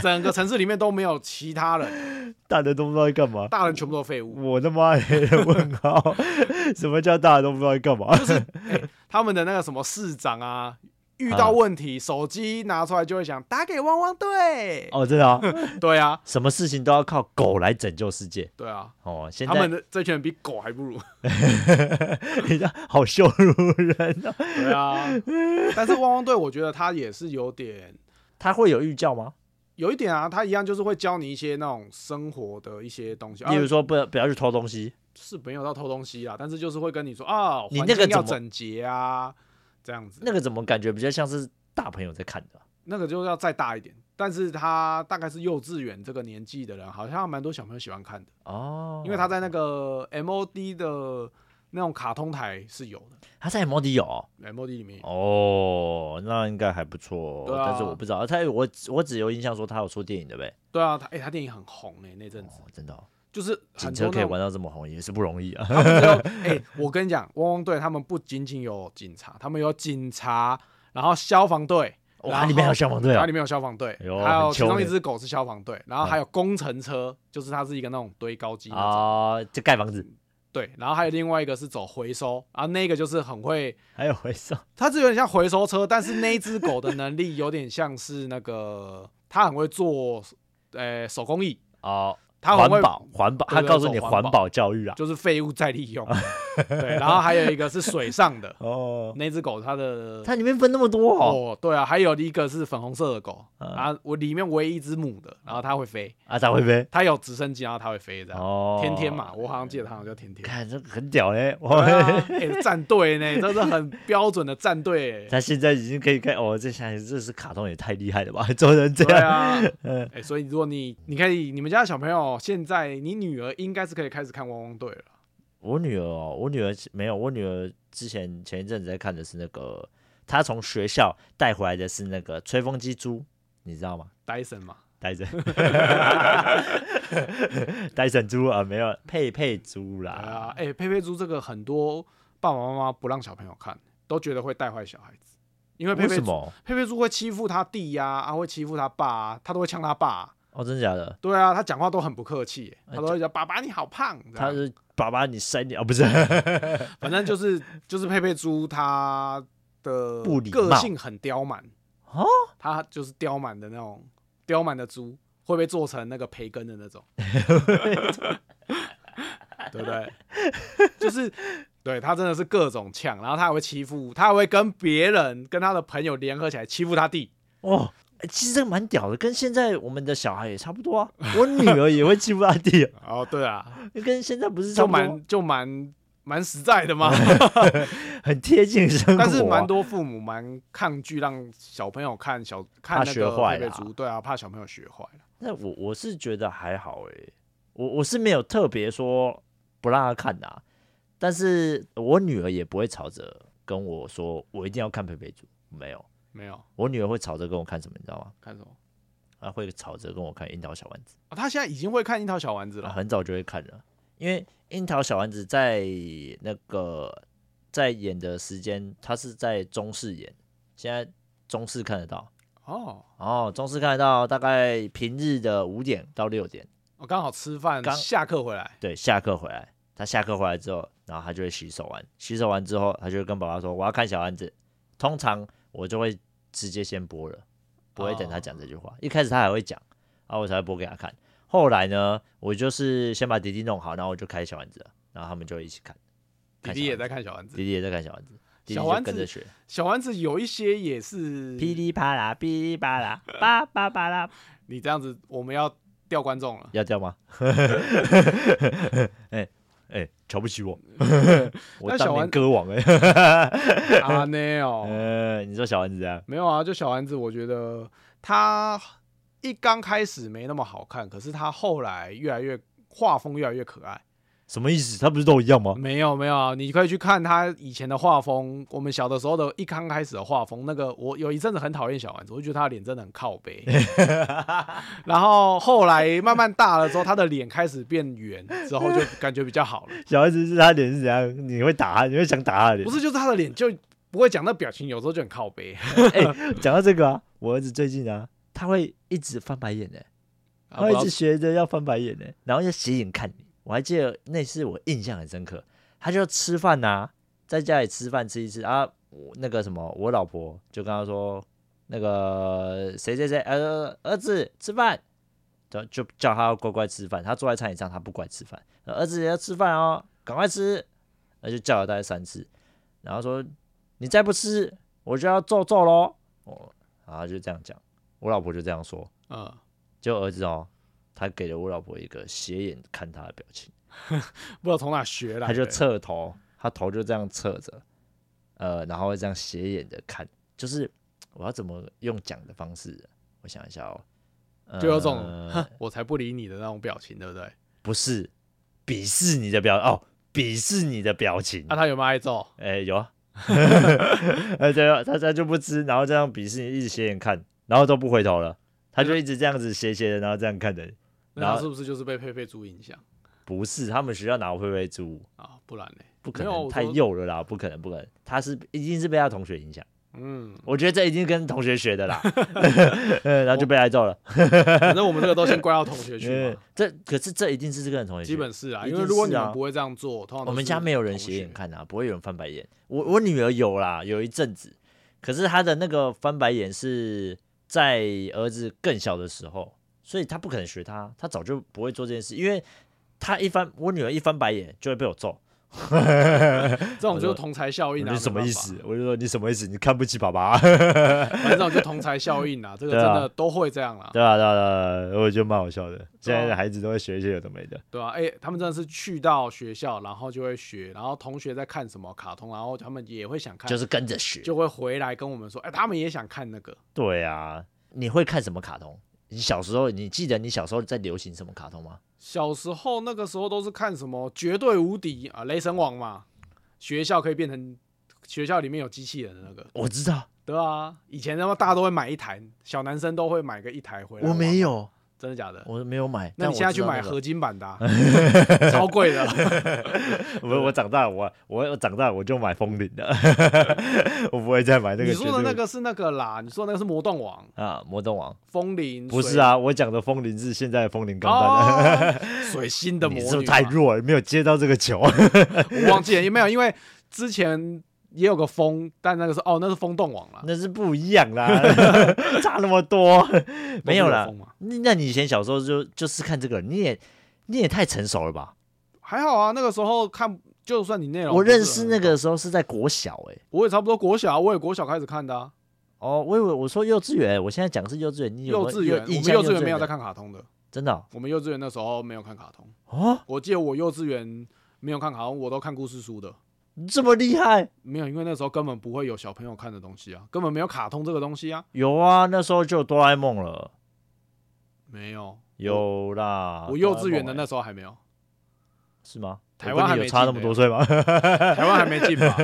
S2: 整个城市里面都没有其他人，
S1: 大人都不知道在干嘛。
S2: 大人全部都废物。
S1: 我他妈的问号，什么叫大人都不知道在干嘛？
S2: 他们的那个什么市长啊，遇到问题，手机拿出来就会想打给汪汪队。
S1: 哦，真的啊，
S2: 对啊，
S1: 什么事情都要靠狗来拯救世界
S2: 对啊，
S1: 哦。现
S2: 他
S1: 在
S2: 们的这群人比狗还不如。
S1: *laughs* 好羞辱人啊！
S2: 对啊，但是汪汪队，我觉得他也是有点，
S1: 他会有预教吗？
S2: 有一点啊，他一样就是会教你一些那种生活的一些东西，啊
S1: 例，如说不要不要去偷东西，
S2: 是没有到偷东西啦，啊但是就是会跟你说啊，
S1: 你
S2: 环
S1: 那个
S2: 境要
S1: 怎么
S2: 整洁啊，这样子。
S1: 那个怎么感觉比较像是大朋友在看的啊？
S2: 那个就要再大一点，但是他大概是幼稚园这个年纪的人，好像蛮多小朋友喜欢看的。
S1: 哦，
S2: 因为他在那个 MOD 的那种卡通台是有
S1: 他在摩迪有哦
S2: 的，MOD 里面有。
S1: 哦，那应该还不错哦
S2: 对。啊
S1: 但是我不知道，他我我只有印象说他有出电影对不对？
S2: 对啊，他哎、他电影很红哎、那阵子
S1: 哦，真的哦，
S2: 就是
S1: 警
S2: 很多
S1: 车可以
S2: 那种。
S1: 玩到这么红也是不容易啊。
S2: 他们只有哎、我跟你讲，汪汪队他们不仅仅有警察，他们有警察，然后消防队，
S1: *laughs*
S2: 然
S1: 哇，
S2: 后
S1: 里面还有消防队
S2: 然后
S1: 啊！
S2: 里面有消防队，
S1: 哎呦
S2: 还有
S1: 很
S2: 其
S1: 穷
S2: 中一
S1: 欸嗯
S2: 只狗是消防队，然后还有工程车，就是它是一个那种堆高机那种。
S1: 啊，就盖房子，
S2: 对，然后还有另外一个是走回收，然后那个就是很会，
S1: 还有回收。
S2: 它是有点像回收车，但是那一只狗的能力有点像是那个，它很会做，呃，手工艺，
S1: *laughs* 哦，
S2: 它
S1: 环
S2: 很啊会
S1: 保，环保，
S2: 对
S1: 他
S2: 对
S1: 告诉你
S2: 走
S1: 环
S2: 环
S1: 保教育啊。
S2: 就是废物再
S1: *laughs*
S2: 利用。对，然后还有一个是水上的，
S1: 哦，
S2: 那只狗它的
S1: 它里面分那么多哦，
S2: 哦，对啊，还有一个是粉红色的狗，
S1: 嗯
S2: 啊，我里面唯一一只母的，然后它会飞，
S1: 啊，咋会飞？
S2: 它有直升机，然后它会飞这样。
S1: 哦，
S2: 啊天天嘛，，我好像记得它好像叫天
S1: *laughs*
S2: 天。
S1: 看这个很屌嘞，
S2: 对
S1: 哇，
S2: 啊，哎，战队呢，这是很标准的
S1: *laughs*
S2: 战队。哎
S1: 他现在已经可以看哦，这下这是卡通也太厉害了吧，做成这
S2: 对
S1: 样，
S2: 啊，
S1: *laughs* 嗯
S2: 哎，所以如果你你可以，你们家的小朋友现在，你女儿应该是可以开始看汪汪队了。
S1: 我女儿哦，我女儿没有，我女儿之前前一阵子在看的是那个，她从学校带回来的是那个吹风机猪，你知道吗？
S2: 戴森嘛，
S1: 戴森，戴森猪啊，没有佩佩猪
S2: 对
S1: 啦，
S2: 啊，哎，佩佩猪这个很多爸爸妈妈不让小朋友看，都觉得会带坏小孩子，因为佩
S1: 为
S2: 佩
S1: 什
S2: 猪
S1: 么？
S2: 佩佩猪会欺负他弟呀、啊，会欺负他爸、啊，他都会呛他爸、
S1: 哦，真的假的？
S2: 对啊，他讲话都很不客气耶，
S1: 哎
S2: 他都会讲“爸爸你好胖”这
S1: 他
S2: 样。
S1: 是爸爸，你塞你啊，不是？
S2: 反正就是就是佩佩猪他的
S1: 不礼貌
S2: 个性很刁蛮
S1: 哦，
S2: 他就是刁蛮的那种刁蛮的猪，会被做成那个培根的
S1: *laughs*
S2: 那种，对不对？就是对他真的是各种呛，然后他还会欺负，他还会跟别人跟他的朋友联合起来欺负他弟。
S1: 哦，欸其实这个蛮屌的，跟现在我们的小孩也差不多啊。我女儿也会欺负她弟，
S2: 哦，对
S1: *laughs*
S2: 啊，
S1: 跟现在不是差
S2: 就
S1: 不多，
S2: 蛮就蛮蛮实在
S1: *laughs*
S2: 的嘛。
S1: 很贴近生活啊、
S2: 但是蛮多父母蛮抗拒让小朋友看小看
S1: 怕
S2: 那
S1: 学
S2: 个
S1: 坏
S2: 佩佩
S1: 啦
S2: 猪，对啊，怕小朋友学坏了。
S1: 那我我是觉得还好诶、我我是没有特别说不让她看的、啊，但是我女儿也不会吵着跟我说我一定要看佩佩猪，没有，
S2: 没有
S1: 我女儿会吵着跟我看什么，你知道吗？
S2: 看什么
S1: 她会吵着跟我看樱桃小丸子。
S2: 啊？他现在已经会看樱桃小丸子
S1: 啊
S2: 了。
S1: 很早就会看了，因为樱桃小丸子在那个在演的时间，它是在中视演，现在中视看得到，
S2: 哦，
S1: 哦，中视看得到，大概平日的五点到六点，
S2: 我哦刚好吃饭，
S1: 刚
S2: 下课回来。
S1: 对，下课回来，他下课回来之后，然后他就会洗手完，洗手完之后，他就会跟爸爸说我要看小丸子，通常我就会直接先播了，不会等他讲这句话，
S2: 哦
S1: 一开始他还会讲，然后我才会播给他看。后来呢，我就是先把弟弟弄好，然后我就开小丸子了，然后他们就一起看。
S2: 弟弟也
S1: 看
S2: 在看
S1: 小
S2: 小丸
S1: 丸子，
S2: 子，
S1: 弟弟也在看小丸子。弟弟
S2: 小
S1: 就
S2: 丸
S1: 跟
S2: 子
S1: 着学，
S2: 小丸子有一些也是，
S1: 噼里啪啦，噼里啪啦，叭叭叭啦，
S2: 你这样子我们要掉观众了。
S1: *laughs* 要叫吗？哎哎，瞧不起我， *laughs* 我当
S2: 那小
S1: 年
S2: 丸
S1: 歌王哎。
S2: 啊，没有，
S1: 呃，你说小丸子啊？
S2: 没有啊，就小丸子，我觉得他一刚开始没那么好看，可是他后来越来越画风越来越可爱。
S1: 什么意思？他不是都一样
S2: *laughs*
S1: 吗？
S2: 没有没有啊，你可以去看他以前的画风，我们小的时候的一刚开始的画风，那个我有一阵子很讨厌小丸子，我就觉得他的脸真的很靠
S1: *laughs*
S2: 背。然后后来慢慢大了之后，他的脸开始变圆，之后就感觉比
S1: *laughs*
S2: 较好了。
S1: 小丸子是他脸是怎样？你会打他，你会想打他的脸
S2: 不？是，就是他的脸就不会讲，那表情有时候就很靠背。啊
S1: 哎、 *laughs* 讲到这个啊，我儿子最近啊，他会一直翻白眼呢、他
S2: 啊不
S1: 会
S2: 知
S1: 一
S2: 道
S1: 直学着要翻白眼呢、然后要斜眼看你。我还记得那次我印象很深刻，他就吃饭呐、在家里吃饭吃一吃啊，我那个什么，我老婆就跟他说，那个谁谁谁，呃，儿子吃饭，就就叫他乖乖吃饭。他坐在餐椅上，他不乖吃饭，呃儿子也要吃饭哦，赶快吃。那就叫了大概三次，然后说你再不吃，我就要揍揍喽。哦，然后就这样讲，我老婆就这样说，
S2: 嗯，
S1: 就儿子哦，他给了我老婆一个斜眼看他的表情，
S2: 不知道从哪学来的，
S1: 他就侧头，他头就这样侧着，呃，然后这样斜眼的看，就是我要怎么用讲的方式，我想一下哦，呃
S2: 就有种、哼，我哦才不理你的那种表情，对不对？
S1: 不是鄙视你的表哦，鄙视你的表情
S2: 啊那、，他有没有挨揍？
S1: 哎、有啊， *laughs* 哎对啊，他他就不吃，然后这样鄙视你，一直斜眼看，然后都不回头了，他就一直这样子斜斜的，然后这样看着你。然
S2: 那
S1: 后
S2: 他是不是就是被佩佩猪影响
S1: 不是，他们学校哪会喂猪？
S2: 啊？不然呢？
S1: 不可
S2: 没有
S1: 能，
S2: 我
S1: 太
S2: 说
S1: 幼了啦，不可能，不可能，他是一定是被他同学影响， *laughs*
S2: 嗯，
S1: 我觉得这一定跟同学学
S2: *laughs*
S1: 的啦，嗯然后就被挨揍了。
S2: 反正我们这个都先怪到同学
S1: *laughs*
S2: 去
S1: 嗯
S2: 嘛，
S1: 这可是这一定是这个人同学学
S2: 基本是啊，
S1: 一
S2: 因
S1: 定
S2: 为如果
S1: 是
S2: 你
S1: 啊
S2: 们不会这样做，通常都
S1: 我们
S2: 是
S1: 家没有人
S2: 同
S1: 斜眼
S2: 学，
S1: 看啊，不会有人翻白眼。我我女儿有啦，有一阵子，可是她的那个翻白眼是在儿子更小的时候，所以她不可能学他，她早就不会做这件事，因为她一翻我女儿一翻白眼就会被我揍。
S2: 这种就是同才效应啊，
S1: 你什么
S2: 没
S1: 意
S2: 办法？
S1: 思？我就说你什么意思？你看不起爸啊爸？
S2: 反正这种就同才效应啊，这
S1: *laughs*
S2: 个
S1: 对
S2: 真
S1: 啊
S2: 的都会这样啦，
S1: 对啊，对啊，对啊，我觉得蛮好笑
S2: 哦
S1: 的。现在的孩子都会学一些有的没的。
S2: 对啊，哎，他们真的是去到学校，然后就会学，然后同学在看什么卡通，然后他们也会想看，
S1: 就是跟着学。
S2: 啊就会回来跟我们说，哎，他们也想看那个，
S1: 对啊，你会看什么卡通？你小时候，你记得你小时候在流行什么卡通吗？
S2: 小时候那个时候都是看什么《绝对无敌》啊，《雷神网》嘛，学校可以变成学校里面有机器人的那个，
S1: 我知道，
S2: 对啊，以前他妈大家都会买一台，小男生都会买个一台回来。
S1: 我没，有，
S2: 真的假的？
S1: 我没有买。
S2: 啊那
S1: 但
S2: 你
S1: 我
S2: 现在
S1: 知
S2: 去
S1: 道
S2: 买
S1: 那个
S2: 合？金
S1: *laughs*
S2: 版的、啊，超贵的。
S1: 我我长大，我我我长大我就买风铃的， *laughs* 我不会再买那个。
S2: 你说的那个是那个啦，你说的那个是魔动王、
S1: 啊，魔动王
S2: 风铃，
S1: 不是
S2: 水，
S1: 啊？我讲的风铃是现在的风铃钢弹的。
S2: 哦，水星的
S1: *laughs*
S2: 魔
S1: 你
S2: 女嘛
S1: 是不是太弱了？没有接到这个球。
S2: 我忘记了，也没有，因为之前也有个风，但那个是哦，那是风动王啦，
S1: 那是不一样啦， *laughs* 差那么多，没有啦
S2: 风。嘛
S1: 那那你以前小时候就就是看这个，你也你也太成熟了吧？
S2: 还好啊，那个时候看，就算你内容
S1: 我
S2: 不是
S1: 认识
S2: 很
S1: 那
S2: 懂，
S1: 个时候是在国小哎、
S2: 我也差不多国小啊，我也国小开始看的、啊，
S1: 哦，我以为我说幼稚园，我现在讲是幼稚园，你有没有
S2: 幼稚园，
S1: 有
S2: 我
S1: 印
S2: 们
S1: 象
S2: 幼稚园没有
S1: 的
S2: 在看卡通的，
S1: 真的哦
S2: 我们幼稚园那时候没有看卡通，
S1: 哦，
S2: 我记得我幼稚园没有看卡通，我都看故事书的。
S1: 这么厉害？
S2: 没有，因为那时候根本不会有小朋友看的东西啊，根本没有卡通这个东西啊，
S1: 有啊，那时候就有哆啦 A 梦了，
S2: 没有。
S1: 有啦。
S2: 我我幼稚园
S1: 哆啦 A 梦
S2: 的
S1: 欸
S2: 那时候还没
S1: *laughs*
S2: 有，
S1: 是吗？
S2: 台
S1: 我跟
S2: 湾还
S1: 你有
S2: 没
S1: 差那
S2: 进
S1: 么
S2: 呢
S1: 多岁吗？ *laughs*
S2: 台湾还没进吧？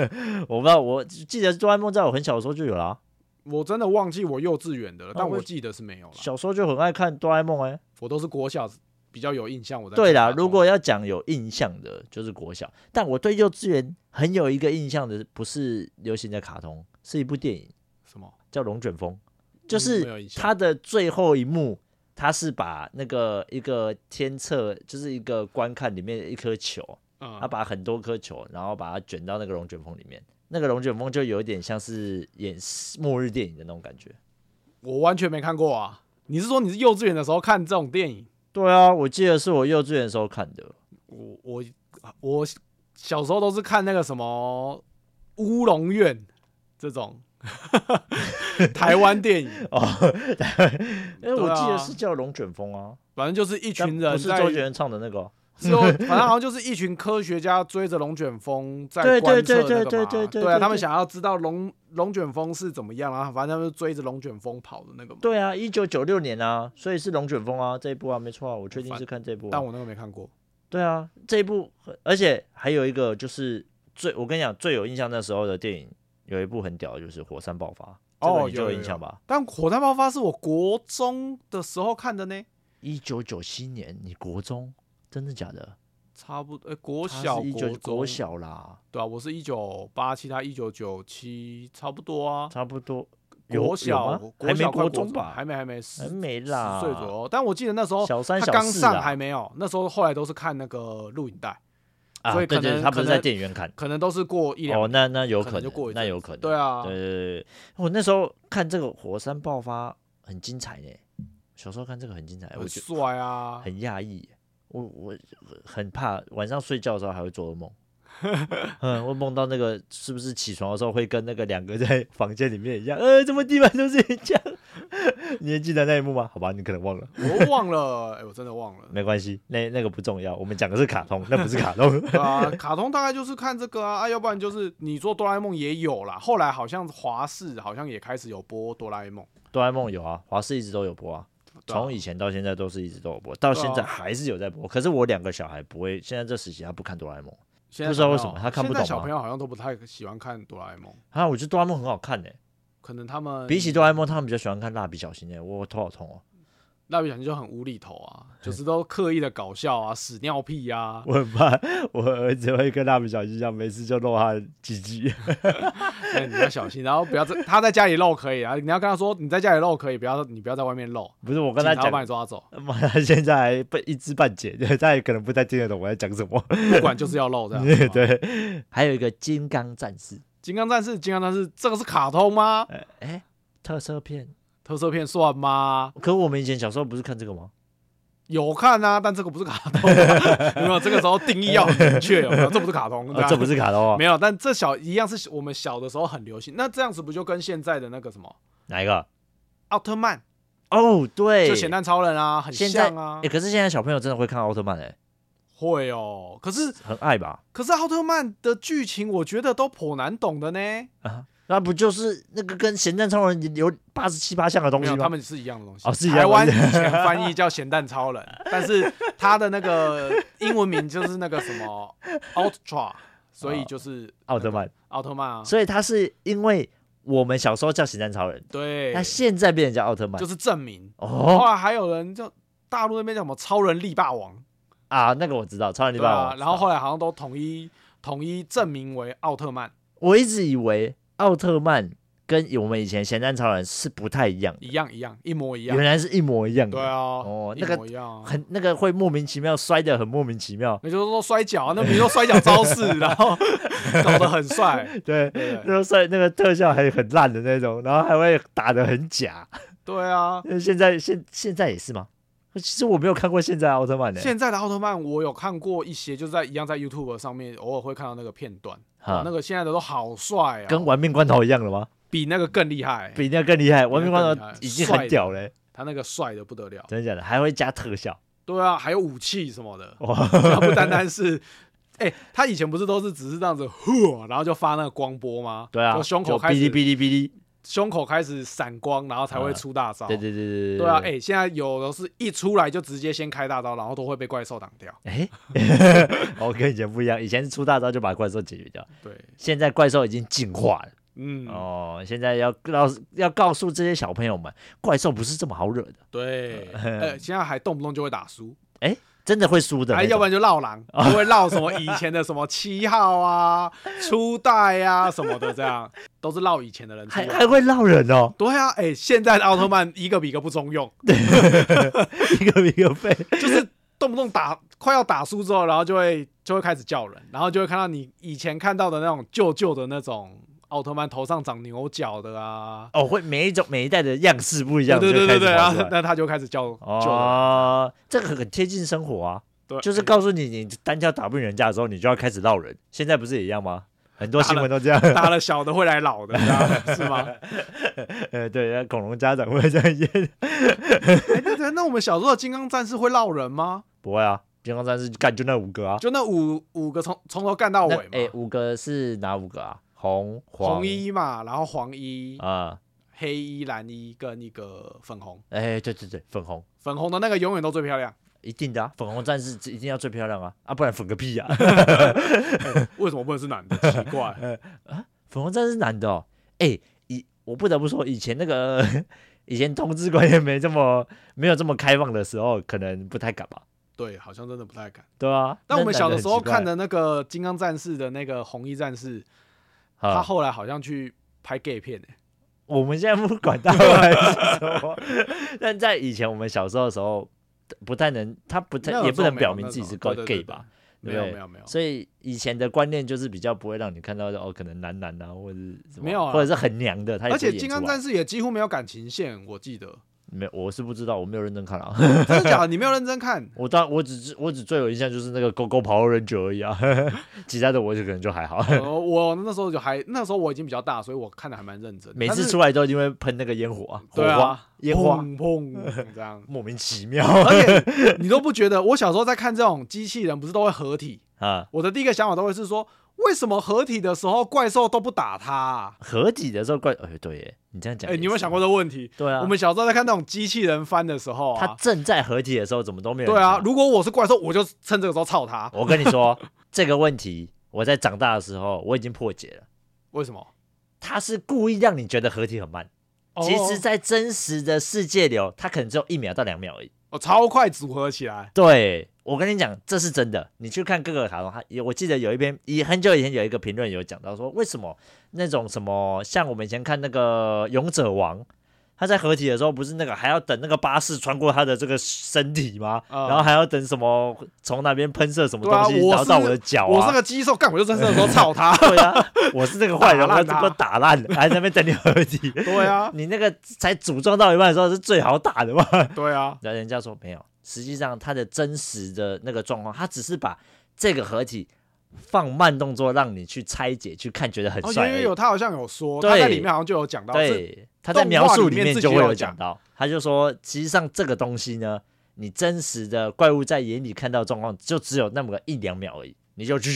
S1: 我不知道，我记得哆啦 A 梦在我很小的时候就有啦，
S2: 我真的忘记我幼稚园的了，
S1: 那
S2: 但
S1: 哦我
S2: 我记得是没有了。
S1: 小时候就很爱看哆啦 A 梦哎、
S2: 我都是国小比较有印象，我在
S1: 对
S2: 看
S1: 啦，
S2: 卡通啊
S1: 如果要讲有印象的，就是国小。但我对幼稚园很有一个印象的，不是流行的卡通，是一部电影
S2: 什么
S1: 叫《龙卷风》，就
S2: 没有
S1: 是
S2: 印象
S1: 它的最后一幕，它是把那个一个天策，就是一个观看里面的一颗球，
S2: 嗯
S1: 它把很多颗球，然后把它卷到那个龙卷风里面。那个龙卷风就有点像是演末日电影的那种感觉。
S2: 我完全没看过啊。你是说你是幼稚园的时候看这种电影？
S1: 对啊，我记得是我幼稚园的时候看的。
S2: 我我我小时候都是看那个什么乌龙院这种 *laughs* 台湾电影，
S1: 哦，哎，我记
S2: 对啊
S1: 得是叫《龙卷风》啊，
S2: 反正就是一群
S1: 但
S2: 人
S1: 不是
S2: 在
S1: 周杰伦唱的那个哦。*laughs*
S2: 之后，反正好像就是一群科学家追着龙卷风在
S1: 对
S2: 观
S1: 对
S2: 测
S1: 对
S2: 那
S1: 对
S2: 个嘛
S1: 对对对
S2: 对啊，
S1: 对
S2: 他们想要知道龙龙卷风是怎么样，然后反正他们就追着龙卷风跑的那个嘛。
S1: 对啊，一九九六年啊，所以是《龙卷风》啊，这一部啊，没错啊，我确定
S2: 烦
S1: 是看这部啊。
S2: 但我那个没看过，
S1: 对啊，这一部很，而且还有一个就是最，我跟你讲最有印象那时候的电影有一部很屌，的就是《火山爆发》，这
S2: 哦
S1: 个你就
S2: 有
S1: 有
S2: 有
S1: 印象吧？
S2: 但《火山爆发》是我国中的时候看的呢，
S1: 一九九七年，你国中真的假的？
S2: 差不多，呃，国
S1: 它
S2: 小、
S1: 是一九
S2: 国中
S1: 国，小啦，
S2: 对啊，我是一九八七，他一九九七，差不多啊。
S1: 差不多有
S2: 国小
S1: 有吗，
S2: 国
S1: 还没
S2: 小快
S1: 国中吧？
S2: 还没还没
S1: 还
S2: 十
S1: 没
S2: 十
S1: 啦，
S2: 岁左右，但我记得那时候
S1: 小三
S2: 他
S1: 小
S2: 刚
S1: 四啊
S2: 上
S1: 啦
S2: 还没有，那时候后来都是看那个录影带，
S1: 啊，
S2: 所以
S1: 对
S2: 可
S1: 对，
S2: 能
S1: 他不
S2: 可
S1: 是在
S2: 能
S1: 电影院看。
S2: 可能都是过一两
S1: 哦，那那有可
S2: 可能就过一
S1: 那
S2: 阵
S1: 有可能。
S2: 对啊，
S1: 对对对，我那时候看这个火山爆发很精彩呢，小时候看这个很精彩，哎我
S2: 很
S1: 觉得
S2: 帅啊，
S1: 很讶异耶。我我很怕晚上睡觉的时候还会做噩
S2: *laughs*
S1: 梦，嗯，会梦到那个是不是起床的时候会跟那个两个在房间里面一样，呃，怎么地板都是一样？ *laughs* 你还记得那一幕吗？好吧，你可能忘了，
S2: 我忘了，哎、我真的忘了。
S1: 没关系，那那个不重要，我们讲的是卡通，那不是卡通。
S2: *laughs*
S1: *laughs*
S2: 对啊，卡通大概就是看这个啊，啊，要不然就是你做哆啦 A 梦也有啦，后来好像华视好像也开始有播哆啦 A 梦，
S1: 哆啦 A 梦有啊，华视一直都有播啊，
S2: 对啊
S1: 从以前到现在都是一直都有播，到现在
S2: 对啊
S1: 还是有在播。可是我两个小孩不会，现在这时期他不看哆啦 A 梦
S2: 现在
S1: 不知道为
S2: 小朋
S1: 什
S2: 友
S1: 么他看不
S2: 现
S1: 懂
S2: 在
S1: 啊
S2: 小
S1: 吗
S2: 朋友好像都不太喜欢看哆啦 A 梦，
S1: 啊，我觉得哆啦 A 梦很好看呢、
S2: 可能他们
S1: 比起哆啦 A 梦，他们比较喜欢看蜡笔小新诶、我头好痛哦、
S2: 蜡笔小新就很无厘头啊，就是都刻意的搞笑啊，屎尿屁啊，
S1: 我很怕 *laughs* 我儿子会跟蜡笔小新一样，没事就露他的鸡鸡。 *laughs*
S2: 哎，你要小心，然后不要在他在家里露可以啊，你要跟他说你在家里露可以，不要你不要在外面露，
S1: 不是我
S2: 我
S1: 跟他
S2: 把
S1: 讲，
S2: 你
S1: *laughs*
S2: 抓走，
S1: 妈，他现在还不一知半解， *laughs* 他也可能不太听得懂我在讲什么。 *laughs*
S2: 不管就是要露这样。是吧
S1: 对，还有一个金刚战士，
S2: 金刚战士，金刚战士，这个是卡通吗？
S1: 哎、哎特色片。
S2: 特色片算吗？
S1: 可我们以前小时候不是看这个吗？
S2: 有看啊，但这个不是卡
S1: *laughs*
S2: 通、啊，有没有？这个时候定义要很明确，有没有？这不是卡通，对
S1: 啊
S2: 吧
S1: 这不是卡通啊
S2: 没，有，但这小一样是我们小的时候很流行。那这样子不就跟现在的那个什么
S1: 哪一个？
S2: 奥特曼，
S1: 哦，对，
S2: 就咸蛋超人啊，很
S1: 现在
S2: 像啊
S1: 欸，可是现在小朋友真的会看奥特曼哎、
S2: 会哦。可是
S1: 很爱吧？
S2: 可是奥特曼的剧情，我觉得都颇难懂的呢。
S1: 啊，那不就是那个跟咸蛋超人有八十七八项的东
S2: 没
S1: 西
S2: 有，
S1: 吗？
S2: 他们是一样的东西。
S1: 哦是一样
S2: 台
S1: 的
S2: 湾以
S1: 东西
S2: 前翻译叫咸蛋超人， *laughs* 但是他的那个英文名就是那个什么 Ultra，所以就是
S1: 奥特曼，
S2: 奥特曼啊。
S1: 所以他是因为我们小时候叫咸蛋超人，
S2: 对
S1: 那，现在变成叫奥特曼
S2: 就，是证明。
S1: 哦
S2: 后来还有人叫大陆那边叫什么超人力霸王，
S1: 啊，那个我知道，超人力
S2: 对
S1: 霸
S2: 吧、
S1: 王我知道。
S2: 然后后来好像都统一统一证明为奥特曼
S1: 我一直以为奥特曼跟我们以前咸蛋超人是不太一样的，
S2: 一样一样一模一样
S1: 原。来是一模一样的，
S2: 对啊，
S1: 哦那个
S2: 一模一样啊。
S1: 很那个会莫名其妙摔得很莫名其妙，
S2: 那就是说摔跤啊，那比如说摔跤招式，然后 *laughs* 搞得很帅，
S1: *laughs* 对，
S2: 对不对
S1: 那摔那个特效还很烂的那种，然后还会打得很假。
S2: 对啊，
S1: 那呃现在现现在也是吗？其实我没有看过现在奥特曼的、
S2: 现在的奥特曼，我有看过一些，就是在一样在 YouTube 上面偶尔会看到那个片段，
S1: 哈
S2: 哇哦那个现在的都好帅啊，
S1: 跟玩命关头一样了吗？
S2: 比那个更厉害、
S1: 比那个更厉害，玩命关
S2: 更厉
S1: 头
S2: 害
S1: 已经很屌了、
S2: 他那个帅的不得了。
S1: 真的假的？还会加特效，
S2: 对啊，还有武器什么的，
S1: 哇，
S2: 他不单单是， *laughs* 哎、他以前不是都是只是这样子呼，然后就发那个光波吗？
S1: 对啊，
S2: 就胸口
S1: 就
S2: 开
S1: 哔哩
S2: 始
S1: 哔哩哔哩，
S2: 胸口开始闪光，然后才会出大招。
S1: 对对对对
S2: 对啊，哎、现在有的是一出来就直接先开大招，然后都会被怪兽挡掉。
S1: 哎， *laughs* 哦我跟以前不一样，以前是出大招就把怪兽解决掉，
S2: 对，
S1: 现在怪兽已经进化了、
S2: 嗯，
S1: 哦。现在要告要告诉这些小朋友们，怪兽不是这么好惹的， *laughs*
S2: 对，呃，现在还动不动就会打输。
S1: 真的会输的那
S2: 哎，
S1: 种。哦
S2: 要不然就
S1: *laughs*
S2: 绕狼，就会绕什么以前的什么七号啊、 *laughs* 初代啊什么的，这样都是绕以前的人出
S1: 还
S2: 来。
S1: 还会闹人哦， *laughs*
S2: 对啊，哎、现在的奥特曼一个比一个不中用，
S1: 一个比一个废。
S2: 就是动不动打快要打输之后，然后就会就会开始叫人，然后就会看到你以前看到的那种旧旧的那种奥特曼头上长牛角的啊，
S1: 哦，会每一种每一代的样式不一
S2: 对
S1: 样，
S2: 对对对
S1: 就
S2: 对，
S1: 开始
S2: 然
S1: 跑出
S2: 后
S1: 来
S2: 那 *laughs* 他就开始叫旧人，
S1: 哦，这个很贴近生活啊，
S2: 对，
S1: 就是
S2: 哎
S1: 告诉你，你单挑打不赢人家的时候，你就要开始闹人。现在不是也一样吗？很多新闻都这样。
S2: *laughs* 打了小的会来老的，你知道吗是
S1: *laughs*
S2: 吗？
S1: 呃， *laughs* 对，那恐龙家长会这样演， *laughs*
S2: 哎，那那那我们小时候的金刚战士会闹人吗？
S1: 不会啊，金刚战士干就那五个啊，
S2: 就那五五个从从头干到
S1: 那
S2: 尾
S1: 哎
S2: 嘛，
S1: 五个是哪五个啊？红黄
S2: 红衣嘛，然后黄衣、
S1: 啊，
S2: 黑衣、蓝衣跟一个粉红，
S1: 哎对对对，粉红
S2: 粉红的那个永远都
S1: *laughs*
S2: 最漂亮。
S1: 一定的啊，粉红战士一定要最漂亮啊啊，不然粉个屁啊！
S2: 哦为什么不能是男的？奇
S1: *laughs*
S2: 怪，
S1: 嗯粉红战士是男的哦，哎以我不得不说，以前那个 *laughs* 以前同志观念没这么没有这么开放的时候，可能不太敢吧。
S2: 对，好像真的不太敢。
S1: 对啊，
S2: 但我们
S1: 那
S2: 小
S1: 男
S2: 的
S1: 很
S2: 时候
S1: 奇怪
S2: 看的那个《金刚战士》的那个红衣战士，他
S1: 啊，
S2: 后来好像去拍 gay 片欸诶、
S1: 我们现在不管他们是什么， *laughs* 但在以前我们小时候的时候，不太能，他不太
S2: 那
S1: 也不
S2: 种
S1: 能
S2: 没
S1: 表
S2: 有
S1: 明
S2: 那
S1: 自己是
S2: 种
S1: gay
S2: 对
S1: gay
S2: 对对
S1: 吧，
S2: 没
S1: 对
S2: 有
S1: 不对
S2: 没有没有，
S1: 所以以前的观念就是比较不会让你看到哦，可能男男啊，或者是什么
S2: 没有啊
S1: 或者是很娘的，他也
S2: 而
S1: 不会
S2: 且《
S1: 演
S2: 金
S1: 出啊
S2: 刚
S1: 来
S2: 战士》也几乎没有感情线，我
S1: *laughs*
S2: 记得。
S1: 没有，我是不知道，我没有认真看啊。
S2: 真的假的？你没有认真看？
S1: 我当我只是我只最有印象就是那个勾勾 Power Ranger 而已啊， *laughs* 其他的我就可能就还好。
S2: 呃，我那时候就还那时候我已经比较大，所以我看的还蛮认真。
S1: 每
S2: 但
S1: 次
S2: 是
S1: 出来都一定会喷那个烟火啊，火
S2: 对
S1: 花、
S2: 啊，
S1: 烟花，。
S2: 砰砰这样
S1: *laughs* 莫名其妙
S2: 而且你都不觉得，我小时候在看这种机器人，不是都会合体？
S1: 啊。
S2: 我的第一个想法都会是说，为什么合体的时候怪兽都不打他、啊？
S1: 合体的时候怪，哎、对耶，你这样讲，
S2: 哎、你有没有想过？这个问题？
S1: 对啊，
S2: 我们小时候在看那种机器人翻的时候
S1: 他
S2: 啊，
S1: 正在合体的时候怎么都没有人
S2: 对啊，
S1: 看
S2: 如果我是怪兽，我就趁这个时候操他。
S1: 我跟你说这个问题，我在长大的时候我已经破解了。
S2: 为什么？
S1: 他是故意让你觉得合体很慢，
S2: 哦
S1: 其实，在真实的世界流，它可能只有一秒到两秒而已。
S2: 我、哦超快组合起来，
S1: 对我跟你讲，这是真的。你去看各个卡通，它我记得有一篇，以很久以前有一个评论有讲到说，为什么那种什么像我们以前看那个《勇者王》，他在合体的时候，不是那个还要等那个巴士穿过他的这个身体吗？
S2: 嗯
S1: 然后还要等什么从那边喷射什么
S2: 对啊
S1: 东西，
S2: 我
S1: 然后到
S2: 是
S1: 我的脚
S2: 我是
S1: 啊。
S2: 个机兽，干我就趁这个时候操他
S1: *laughs* 。对啊，我是那个坏人，
S2: 打
S1: 我
S2: 烂
S1: 怎
S2: 他
S1: 么打烂？还在那边等你合体？
S2: 对啊，
S1: 你那个才组装到一半的时候是最好打的嘛？
S2: 对啊，
S1: 然后人家说没有，实际上他的真实的那个状况，他只是把这个合体放慢动作，让你去拆解、去看，觉得很
S2: 哦，有
S1: 帅而
S2: 有
S1: 已。
S2: 有，他好像有说，
S1: 对
S2: 他在里面好像就有讲到，是
S1: 对，他在
S2: 动
S1: 描
S2: 画
S1: 述
S2: 里
S1: 里
S2: 面
S1: 面
S2: 自
S1: 就
S2: 己
S1: 会
S2: 有
S1: 有
S2: 讲
S1: 讲到，他就说，实际上这个东西呢，你真实的怪物在眼里看到的状况，就只有那么个一两秒而已，你就 *laughs*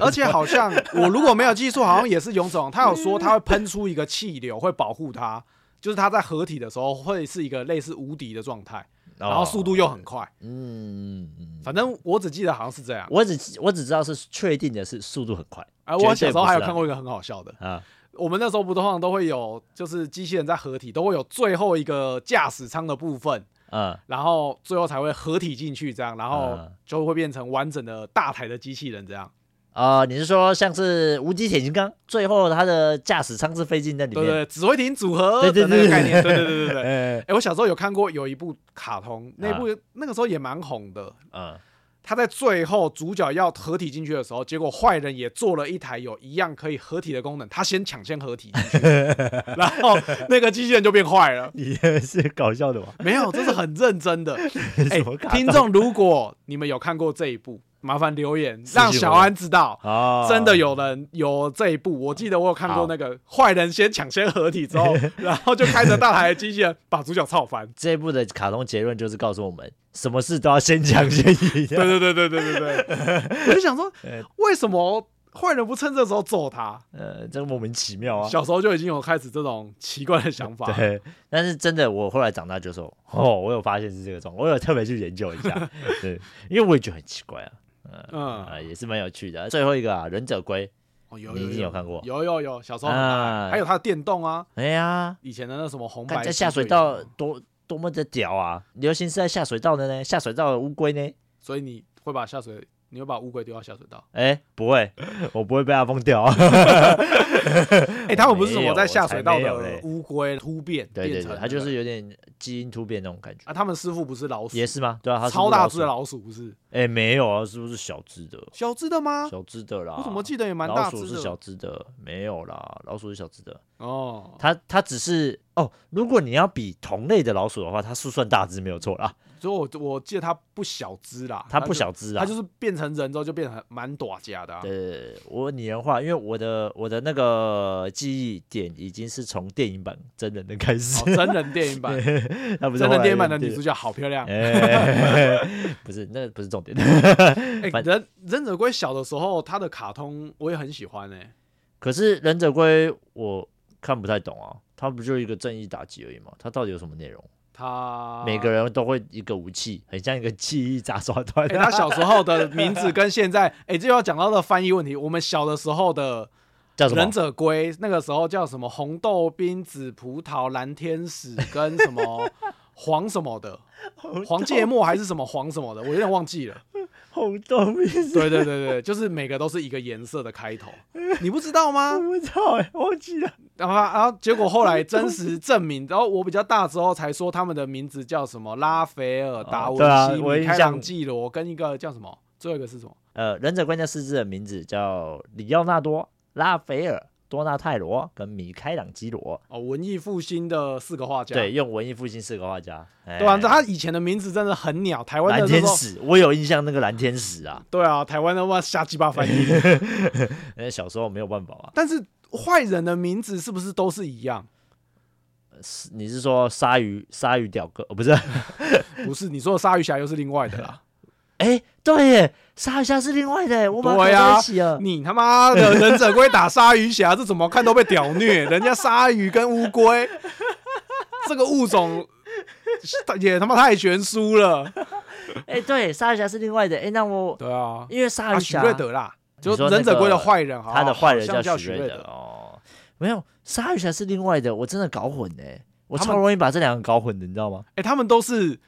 S2: 而且好像我如果没有记错，好像也是勇者王，他有说他会喷出一个气流，会保护他，就是他在合体的时候会是一个类似无敌的状态，
S1: 哦
S2: 然后速度又很快。
S1: 嗯，嗯
S2: 反正我只记得好像是这样。
S1: 我只我只知道是确定的是速度很快
S2: 哎，
S1: 绝对
S2: 我小时候还有
S1: 不是啊
S2: 看过一个很好笑的，
S1: 啊，
S2: 我们那时候不通常都会有，就是机器人在合体都会有最后一个驾驶舱的部分，
S1: 嗯，
S2: 然后最后才会合体进去，这样，然后
S1: 嗯
S2: 就会变成完整的大台的机器人这样。
S1: 啊、你是说像是无敌铁金刚，最后他的驾驶舱是飞进那里
S2: 对
S1: 面？
S2: 对，对指挥艇组合
S1: 对对
S2: 的那
S1: 对
S2: 个概念，对对对对对。
S1: 呃，
S2: 哎、我小时候有看过有一部卡通，那
S1: 啊
S2: 部、那个时候也蛮红的。
S1: 嗯，
S2: 他在最后主角要合体进去的时候，结果坏人也做了一台有一样可以合体的功能，他先抢先合体进去，
S1: *laughs*
S2: 然后那个机器人就变坏了。
S1: 你也是搞笑的吧？
S2: 没有，这是很认
S1: *laughs*
S2: 真的。哎、
S1: 什么卡通
S2: 听众，如果你们有看过这一部，麻烦留言
S1: 信
S2: 让
S1: 我
S2: 小安知道。
S1: 哦，
S2: 真的有人有这一部，我记得我有看
S1: 好
S2: 过那个坏人先抢先合
S1: *laughs*
S2: 体之后，然后就开着大台的机器人把主角操翻。
S1: 这一部的卡通结论就是告诉我们，什么事都要先讲先赢。啊
S2: 对对对对对对对，我就想说
S1: 呃，
S2: 为什么坏人不趁这时候揍他？
S1: *laughs* 呃，真莫名其妙啊。
S2: 小时候就已经有开始这种奇怪的想法。
S1: 对，但是真的，我后来长大就说，哦，我有发现是这个状况，我有特别去研究一
S2: *laughs*
S1: 下，对，因为我也觉得很奇怪啊，啊、
S2: 嗯，
S1: 也是蛮有趣的啊。最后一个啊，忍者龟，
S2: 哦有
S1: 你一定有看过？
S2: 有有有，小时候很
S1: 啊
S2: 爱还有他的电动啊，
S1: 哎呀，
S2: 以前的那什么红
S1: 看
S2: 白
S1: 在下水
S2: 机队
S1: 道
S2: 友，
S1: 多多么的屌啊！流行是在下水道的呢，下水道的乌龟呢？
S2: 所以你会把下水，你会把乌龟丢到下水道。
S1: 哎、不
S2: *laughs*
S1: 会，我不会被它封掉。
S2: 啊哎，他们不是什
S1: 没有
S2: 么在下水道
S1: 我才没有嘞
S2: 的乌龟突变
S1: *laughs* 对对
S2: 变成
S1: 对，
S2: 的，
S1: 它就是有点基因突变那种感觉，
S2: 啊，他们师傅不是老鼠，
S1: 也是吗？对啊，它是
S2: 超大只的
S1: 老
S2: 老鼠不是？
S1: 哎、没有啊，是不是小只的？
S2: 小只的吗？
S1: 小只的啦，
S2: 我怎啊么记得也蛮
S1: 老
S2: 大
S1: 鼠
S2: 只
S1: 是小
S2: 的
S1: 只的，没有啦，老鼠是小只的，
S2: 哦，
S1: 它它只是哦，如果你要比同类的老鼠的话，它是算大只没有错啦，
S2: 所以我我记得它不小只啦，
S1: 它不
S2: 就
S1: 小只啊
S2: 它。就是变成人之后就变成蛮短家的、啊。
S1: 呃，我拟人化，因为我的我的那个记忆点已经是从电影版真人的开始 *laughs*
S2: 哦，，真人电影版，
S1: 它不是
S2: 真
S1: 后来
S2: 人电影版的女
S1: 电
S2: 主角好漂亮。
S1: 哎， *laughs* 不是，那不是重点。 *laughs*
S2: 哎、
S1: 反
S2: 忍忍者龟小的时候，它的卡通我也很喜欢哎、
S1: 可是忍者龟我看不太懂啊，它不就一个正义打击而已嘛？它到底有什么内容？
S2: 它
S1: 每个人都会一个武器，很像一个记忆杂耍团
S2: 哎、。他小时候的名字跟现在， *laughs* 哎、这又要讲到的翻译问题。我们小的时候的
S1: 叫什么
S2: 忍？者龟，那个时候叫什么红豆冰、紫葡萄、蓝天使跟什么 *laughs* 黄什么的，黄芥末还是什么黄什么的，我有点忘记了。
S1: 红豆冰 *laughs* 是
S2: 对对对对，就是每个都是一个颜色的开头，你不知道吗？
S1: 不知道哎，忘记了。
S2: 然后他，然后结果后来真实证明，然后我比较大之后才说他们的名字叫什么拉斐尔、达
S1: 对啊
S2: 文西、
S1: 我
S2: 米
S1: 印
S2: 开
S1: 象
S2: 朗基罗跟一个叫什么，最后一个是什么？
S1: 呃，忍者龟那四只的名字叫里奥纳多、拉斐尔、多纳泰罗跟米开朗基罗。
S2: 哦，文艺复兴的四个画家。
S1: 对，用文艺复兴四个画家。
S2: 对啊，
S1: 哎
S2: 他以前的名字真的很鸟，台湾
S1: 蓝
S2: 的那时
S1: 天
S2: 候。
S1: 使，我有印象那个蓝天使啊，
S2: 对啊，台湾的话瞎鸡巴
S1: *laughs*
S2: 翻译。
S1: 那小时候没有办法啊。
S2: 但是坏人的名字是不是都是一样？
S1: 是你是说鲨鱼鲨鱼屌哥？哦，不是，
S2: 不是，你说的鲨鱼侠又是另外的啦。
S1: 哎，对耶，鲨鱼侠是另外的耶，我把它
S2: 对
S1: 搞
S2: 啊
S1: 在一起 *laughs* 了。
S2: 你他妈的忍者龟打鲨鱼侠，这怎么看都被屌虐。人家鲨鱼跟乌龟这个物种也他妈太悬殊了。
S1: 哎，对，鲨鱼侠是另外的。哎，那我
S2: 对啊，
S1: 因为鲨
S2: 啊，
S1: 鱼
S2: 许
S1: 侠
S2: 瑞德啦，就
S1: 你
S2: 是
S1: 说那
S2: 忍者龟的
S1: 个
S2: 坏人，好哦
S1: 他的坏人
S2: 好像叫
S1: 许
S2: 瑞
S1: 瑞德。哦，没有，鲨鱼侠是另外的，我真的搞混哎，我
S2: 他
S1: 超
S2: 们
S1: 容易把这两个搞混的，你知道吗？
S2: 哎、他们都是，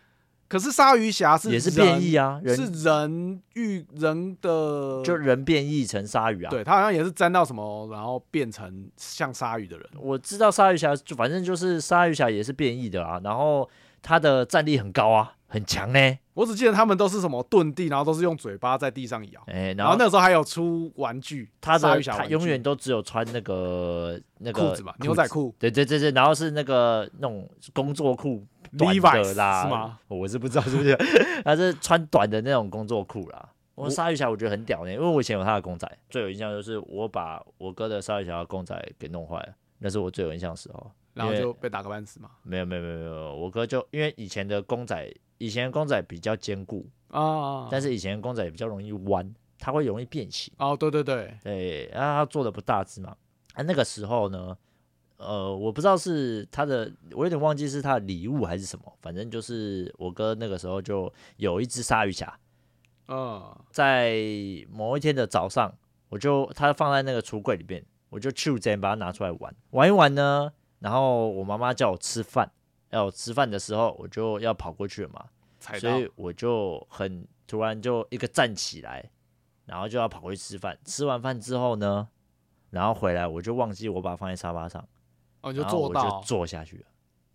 S2: 可是鲨鱼侠是
S1: 也是
S2: 人
S1: 变异啊，人
S2: 是人遇人的，
S1: 就人变异成鲨鱼啊。
S2: 对他好像也是沾到什么，然后变成像鲨鱼的人。
S1: 我知道鲨鱼侠，就反正就是鲨鱼侠也是变异的啊，然后他的战力很高啊，很强呢。
S2: 我只记得他们都是什么遁地，然后都是用嘴巴在地上摇，
S1: 哎，
S2: 然
S1: 然
S2: 后
S1: 后
S2: 哦那时候还有出玩具，
S1: 他
S2: 鲨
S1: 的
S2: 鱼侠
S1: 他
S2: 玩具
S1: 永远都只有穿那个那个
S2: 裤子嘛，牛仔。裤
S1: 对对对对，然后是那个那种工作裤短的
S2: ，Levi's
S1: 啦，
S2: 是吗？？
S1: *laughs* 我是不知道是不是，他是穿短的那种工作裤啦。我
S2: 我
S1: 鲨鱼侠我觉得很屌呢、因为我以前有他的公仔，最有印象就是我把我哥的鲨鱼侠的公仔给弄坏了，那是我最有印象的时候。
S2: 然后
S1: 因为
S2: 就被打个半死嘛。
S1: 没有没有没有没有，我哥就因为以前的公仔，以前的公仔比较坚固，
S2: 啊，
S1: 但是以前的公仔也比较容易弯，它会容易变形。
S2: 哦，对对对，
S1: 对，然、后他做的不大致嘛。啊，那个时候呢，呃，我不知道是他的，我有点忘记是他的礼物还是什么，反正就是我哥那个时候就有一只鲨鱼侠，
S2: 嗯，
S1: 在某一天的早上，我就他放在那个橱柜里面，我就去直接把它拿出来玩，玩一玩呢，然后我妈妈叫我吃饭，要我吃饭的时候，我就要跑过去了嘛，
S2: 踩
S1: 所
S2: 到
S1: 以我就很突然就一个站起来，然后就要跑回去吃饭。吃完饭之后呢，然后回来我就忘记我把它放在沙发上，
S2: 哦，你就
S1: 然后
S2: 做
S1: 我就
S2: 到，
S1: 坐下去了。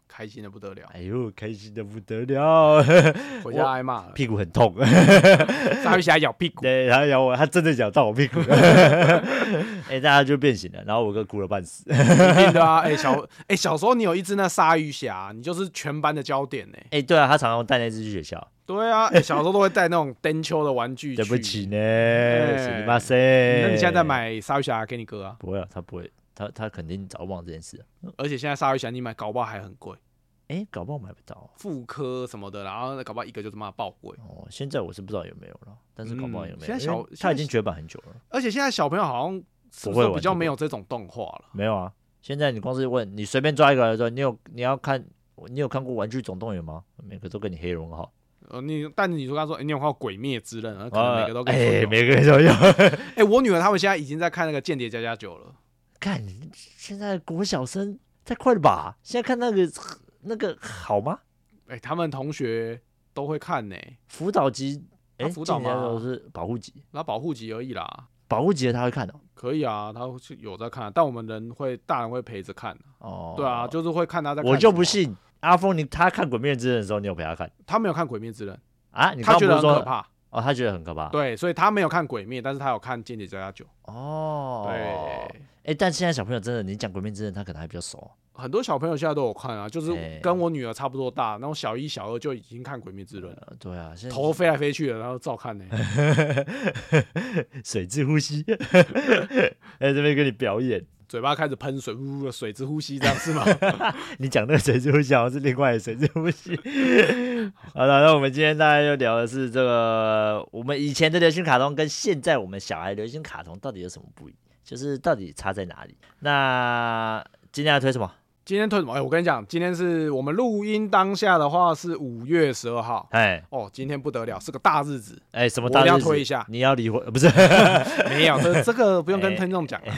S2: 开心的不得了，
S1: 哎呦，开心的不得了， *laughs*
S2: 回家挨骂了，
S1: 屁股很痛。 *laughs*
S2: 鲨鱼侠咬屁股。
S1: 对，他咬我，他真的咬到我屁股。 *laughs* 哎、大家就变形了，然后我哥哭了半死。
S2: 一定的啊！ *laughs* 哎、小哎、小时候你有一只那鲨鱼侠，你就是全班的焦点呢、
S1: *laughs* 哎、对啊，他常常带那只去学校。
S2: 对啊，哎、小时候都会带那种灯球的玩具。
S1: *laughs* 对不起，呢，
S2: 哎
S1: 是你妈塞。
S2: 那你现在在？买鲨鱼侠给你哥啊？
S1: 不会啊，他不会，他他肯定早忘这件事了。
S2: 而且现在鲨鱼侠你买搞不好还很贵，
S1: 哎、搞不好买不到。
S2: 妇科什么的，然后搞不好一个就是妈爆贵。
S1: 哦，现在我是不知道有没有了，但是搞不好有没有。
S2: 嗯现在小
S1: 因为
S2: 现在
S1: 他已经绝版很久了。
S2: 而且现在小朋友好像是
S1: 不会
S2: 是
S1: 玩
S2: 比较没有这种动画了？
S1: 没有啊，现在你光是问你随便抓一个来说，你有你要看你有看过《玩具总动员》吗？每个都跟你黑龙好，
S2: 呃，你但你说刚说、哎，你有看过《鬼灭之刃》啊？可能
S1: 啊
S2: 每个都跟你说
S1: 哎，
S2: 有
S1: 每个都有。
S2: 哎、我女儿他们现在已经在看那个《间谍加加酒》了。
S1: 看现在国小生太快了吧？现在看那个那个好吗？
S2: 哎、他们同学都会看呢、
S1: 辅导级，哎、
S2: 啊辅导
S1: 进阶的时候
S2: 吗
S1: 是保护级，
S2: 然后保护级而已啦。
S1: 保护级的他会看哦。
S2: 可以啊，他是有在看，但我们人会大人会陪着看，
S1: 哦，
S2: 对啊，就是会看他在看。
S1: 我就不，信阿峰你他看《鬼灭之刃》的时候，你有陪他看
S2: 他没有看《鬼灭之刃
S1: 啊？你》，刚刚
S2: 他觉
S1: 不
S2: 得
S1: 是
S2: 很可
S1: 说
S2: 怕。
S1: 哦，他觉得很可怕。
S2: 对，所以他没有看《鬼灭》，但是他有看《间谍加加九》。
S1: 哦，
S2: 对，
S1: 哎、但现在小朋友真的，你讲《鬼灭之刃》，他可能还比较熟。啊
S2: 很多小朋友现在都有看啊，就是
S1: 哎
S2: 跟我女儿差不多大，然后小一、小二就已经看《鬼灭之刃》了，
S1: 呃对啊，现在
S2: 头飞来飞去的，然后照看呢、
S1: *laughs* 水之呼吸， *laughs* 在这边跟你表演。
S2: 嘴巴开始喷水，呜呜的水之呼吸这样是吗？
S1: 你讲那个水之呼吸好像是另外的水之呼吸。好了，那我们今天大概就聊的是这个，我们以前的流行卡通跟现在我们小孩流行卡通到底有什么不一？就是到底差在哪里？那今天要推什么？
S2: *laughs* 今天推什么？哎、我跟你讲，今天是我们录音当下的话是五月十二号。
S1: 哎
S2: 哦，今天不得了，是个大日子。
S1: 哎，什么
S2: 我
S1: 大
S2: 一定要
S1: 日子
S2: 推一下
S1: 你要离婚？呃不是，
S2: 没有，这这个不用
S1: *laughs*
S2: 跟
S1: 哎
S2: 听众讲了，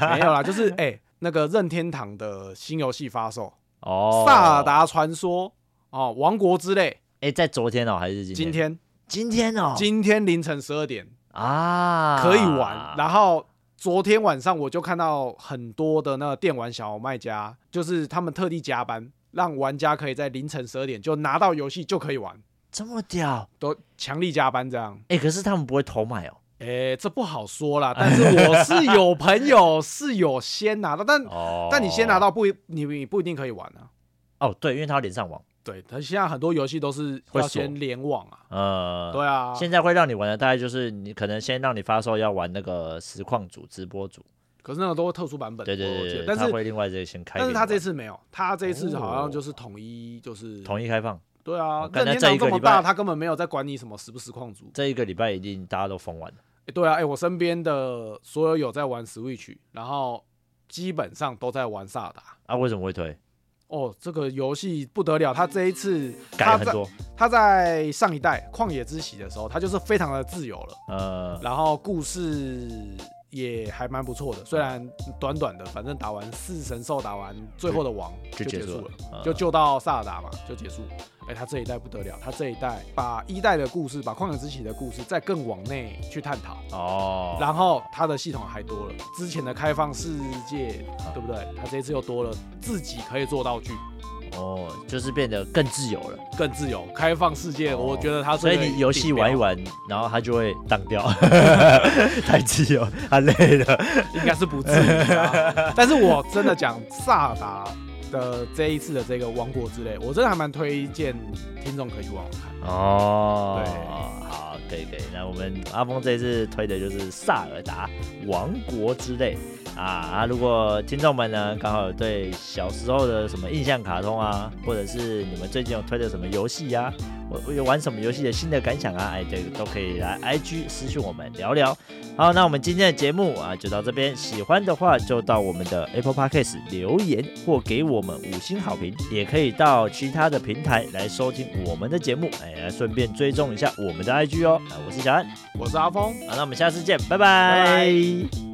S1: *laughs*
S2: 没有啦，就是哎、那个任天堂的新游戏发售，
S1: 哦，
S2: 萨尔达传说》哦，《王国之泪
S1: 哎，在昨天哦，还是》今
S2: 今
S1: 天？
S2: 天
S1: 今天哦，
S2: 今天凌晨十二点
S1: 啊，
S2: 可以玩，然后。昨天晚上我就看到很多的那个电玩小卖家，就是他们特地加班，让玩家可以在凌晨十二点就拿到游戏就可以玩，
S1: 这么屌。
S2: 都强力加班这样。
S1: 哎、可是他们不会偷买哦。
S2: 诶，这不好说啦，但是我是有朋友是有先拿到， *laughs* 但
S1: 哦
S2: 但你先拿到不一，你你不一定可以玩啊。
S1: 哦，对，因为它要连上网。
S2: 对，他现在很多游戏都是
S1: 会
S2: 要
S1: 锁
S2: 先联网啊。
S1: 呃，
S2: 对啊，
S1: 现在会让你玩的大概就是你可能先让你发售要玩那个实况组、直播组。
S2: 可是那个都是特殊版本，
S1: 对对
S2: 我
S1: 对
S2: 记得
S1: 对，
S2: 但
S1: 他
S2: 是
S1: 会另外这个先开给
S2: 但
S1: 你玩。
S2: 是他这次没有，他这次
S1: 哦
S2: 好像就是统一，就是
S1: 统一开放，
S2: 对啊
S1: 我，看
S2: 任
S1: 他哦
S2: 天
S1: 这
S2: 堂
S1: 一个
S2: 这么
S1: 礼拜
S2: 大，他根本没有在管你什么实不实况组。
S1: 这一个礼拜一定大家都疯玩。
S2: 诶对啊，哎，我身边的所有有在玩 Switch，然后基本上都在玩萨达。
S1: 啊，为什么会推？
S2: 哦，这个游戏不得了，他这一次
S1: 改
S2: 他
S1: 很
S2: 在
S1: 多。
S2: 他在上一代《旷野之息》的时候，他就是非常的自由了，
S1: 呃，
S2: 然后故事也还蛮不错的，虽然短短的，反正打完四神兽，打完最后的王
S1: 就
S2: 结
S1: 结束
S2: 了，
S1: 了嗯
S2: 就救到萨尔达嘛，就结束。哎，他这一代不得了，他这一代把一代的故事，把《旷野之息》的故事再更往内去探讨。
S1: 哦，
S2: 然后它的系统还多了，之前的开放世界，
S1: 啊
S2: 对不对？它这一次又多了自己可以做道具，
S1: 哦，就是变得更自由了。
S2: 更自由。开放世界，
S1: 哦
S2: 我觉得它
S1: 所以
S2: 这个
S1: 你游戏玩一
S2: 顶标
S1: 玩，然后它就会荡掉， *laughs* 太自由，它累了。
S2: 应该是不至于啊。但是我真的讲萨达的这一次的这个王国之泪，我真的还蛮推荐听众可以去玩玩看。
S1: 哦，
S2: 对
S1: 好，可以可以。那我们阿峰这次推的就是《萨尔达王国之泪》啊啊！如果听众们呢刚好有对小时候的什么印象卡通啊，或者是你们最近有推的什么游戏呀，我我有玩什么游戏的新的感想啊，哎，这个都可以来 IG 私讯我们聊聊。好，那我们今天的节目啊就到这边，喜欢的话就到我们的 Apple Podcast 留言或给我们五星好评，也可以到其他的平台来收听我们的节目，哎，来顺便追踪一下我们的 IG 哦。啊我是小安，
S2: 我是阿峰，
S1: 好，那我们下次见，拜
S2: 拜
S1: 拜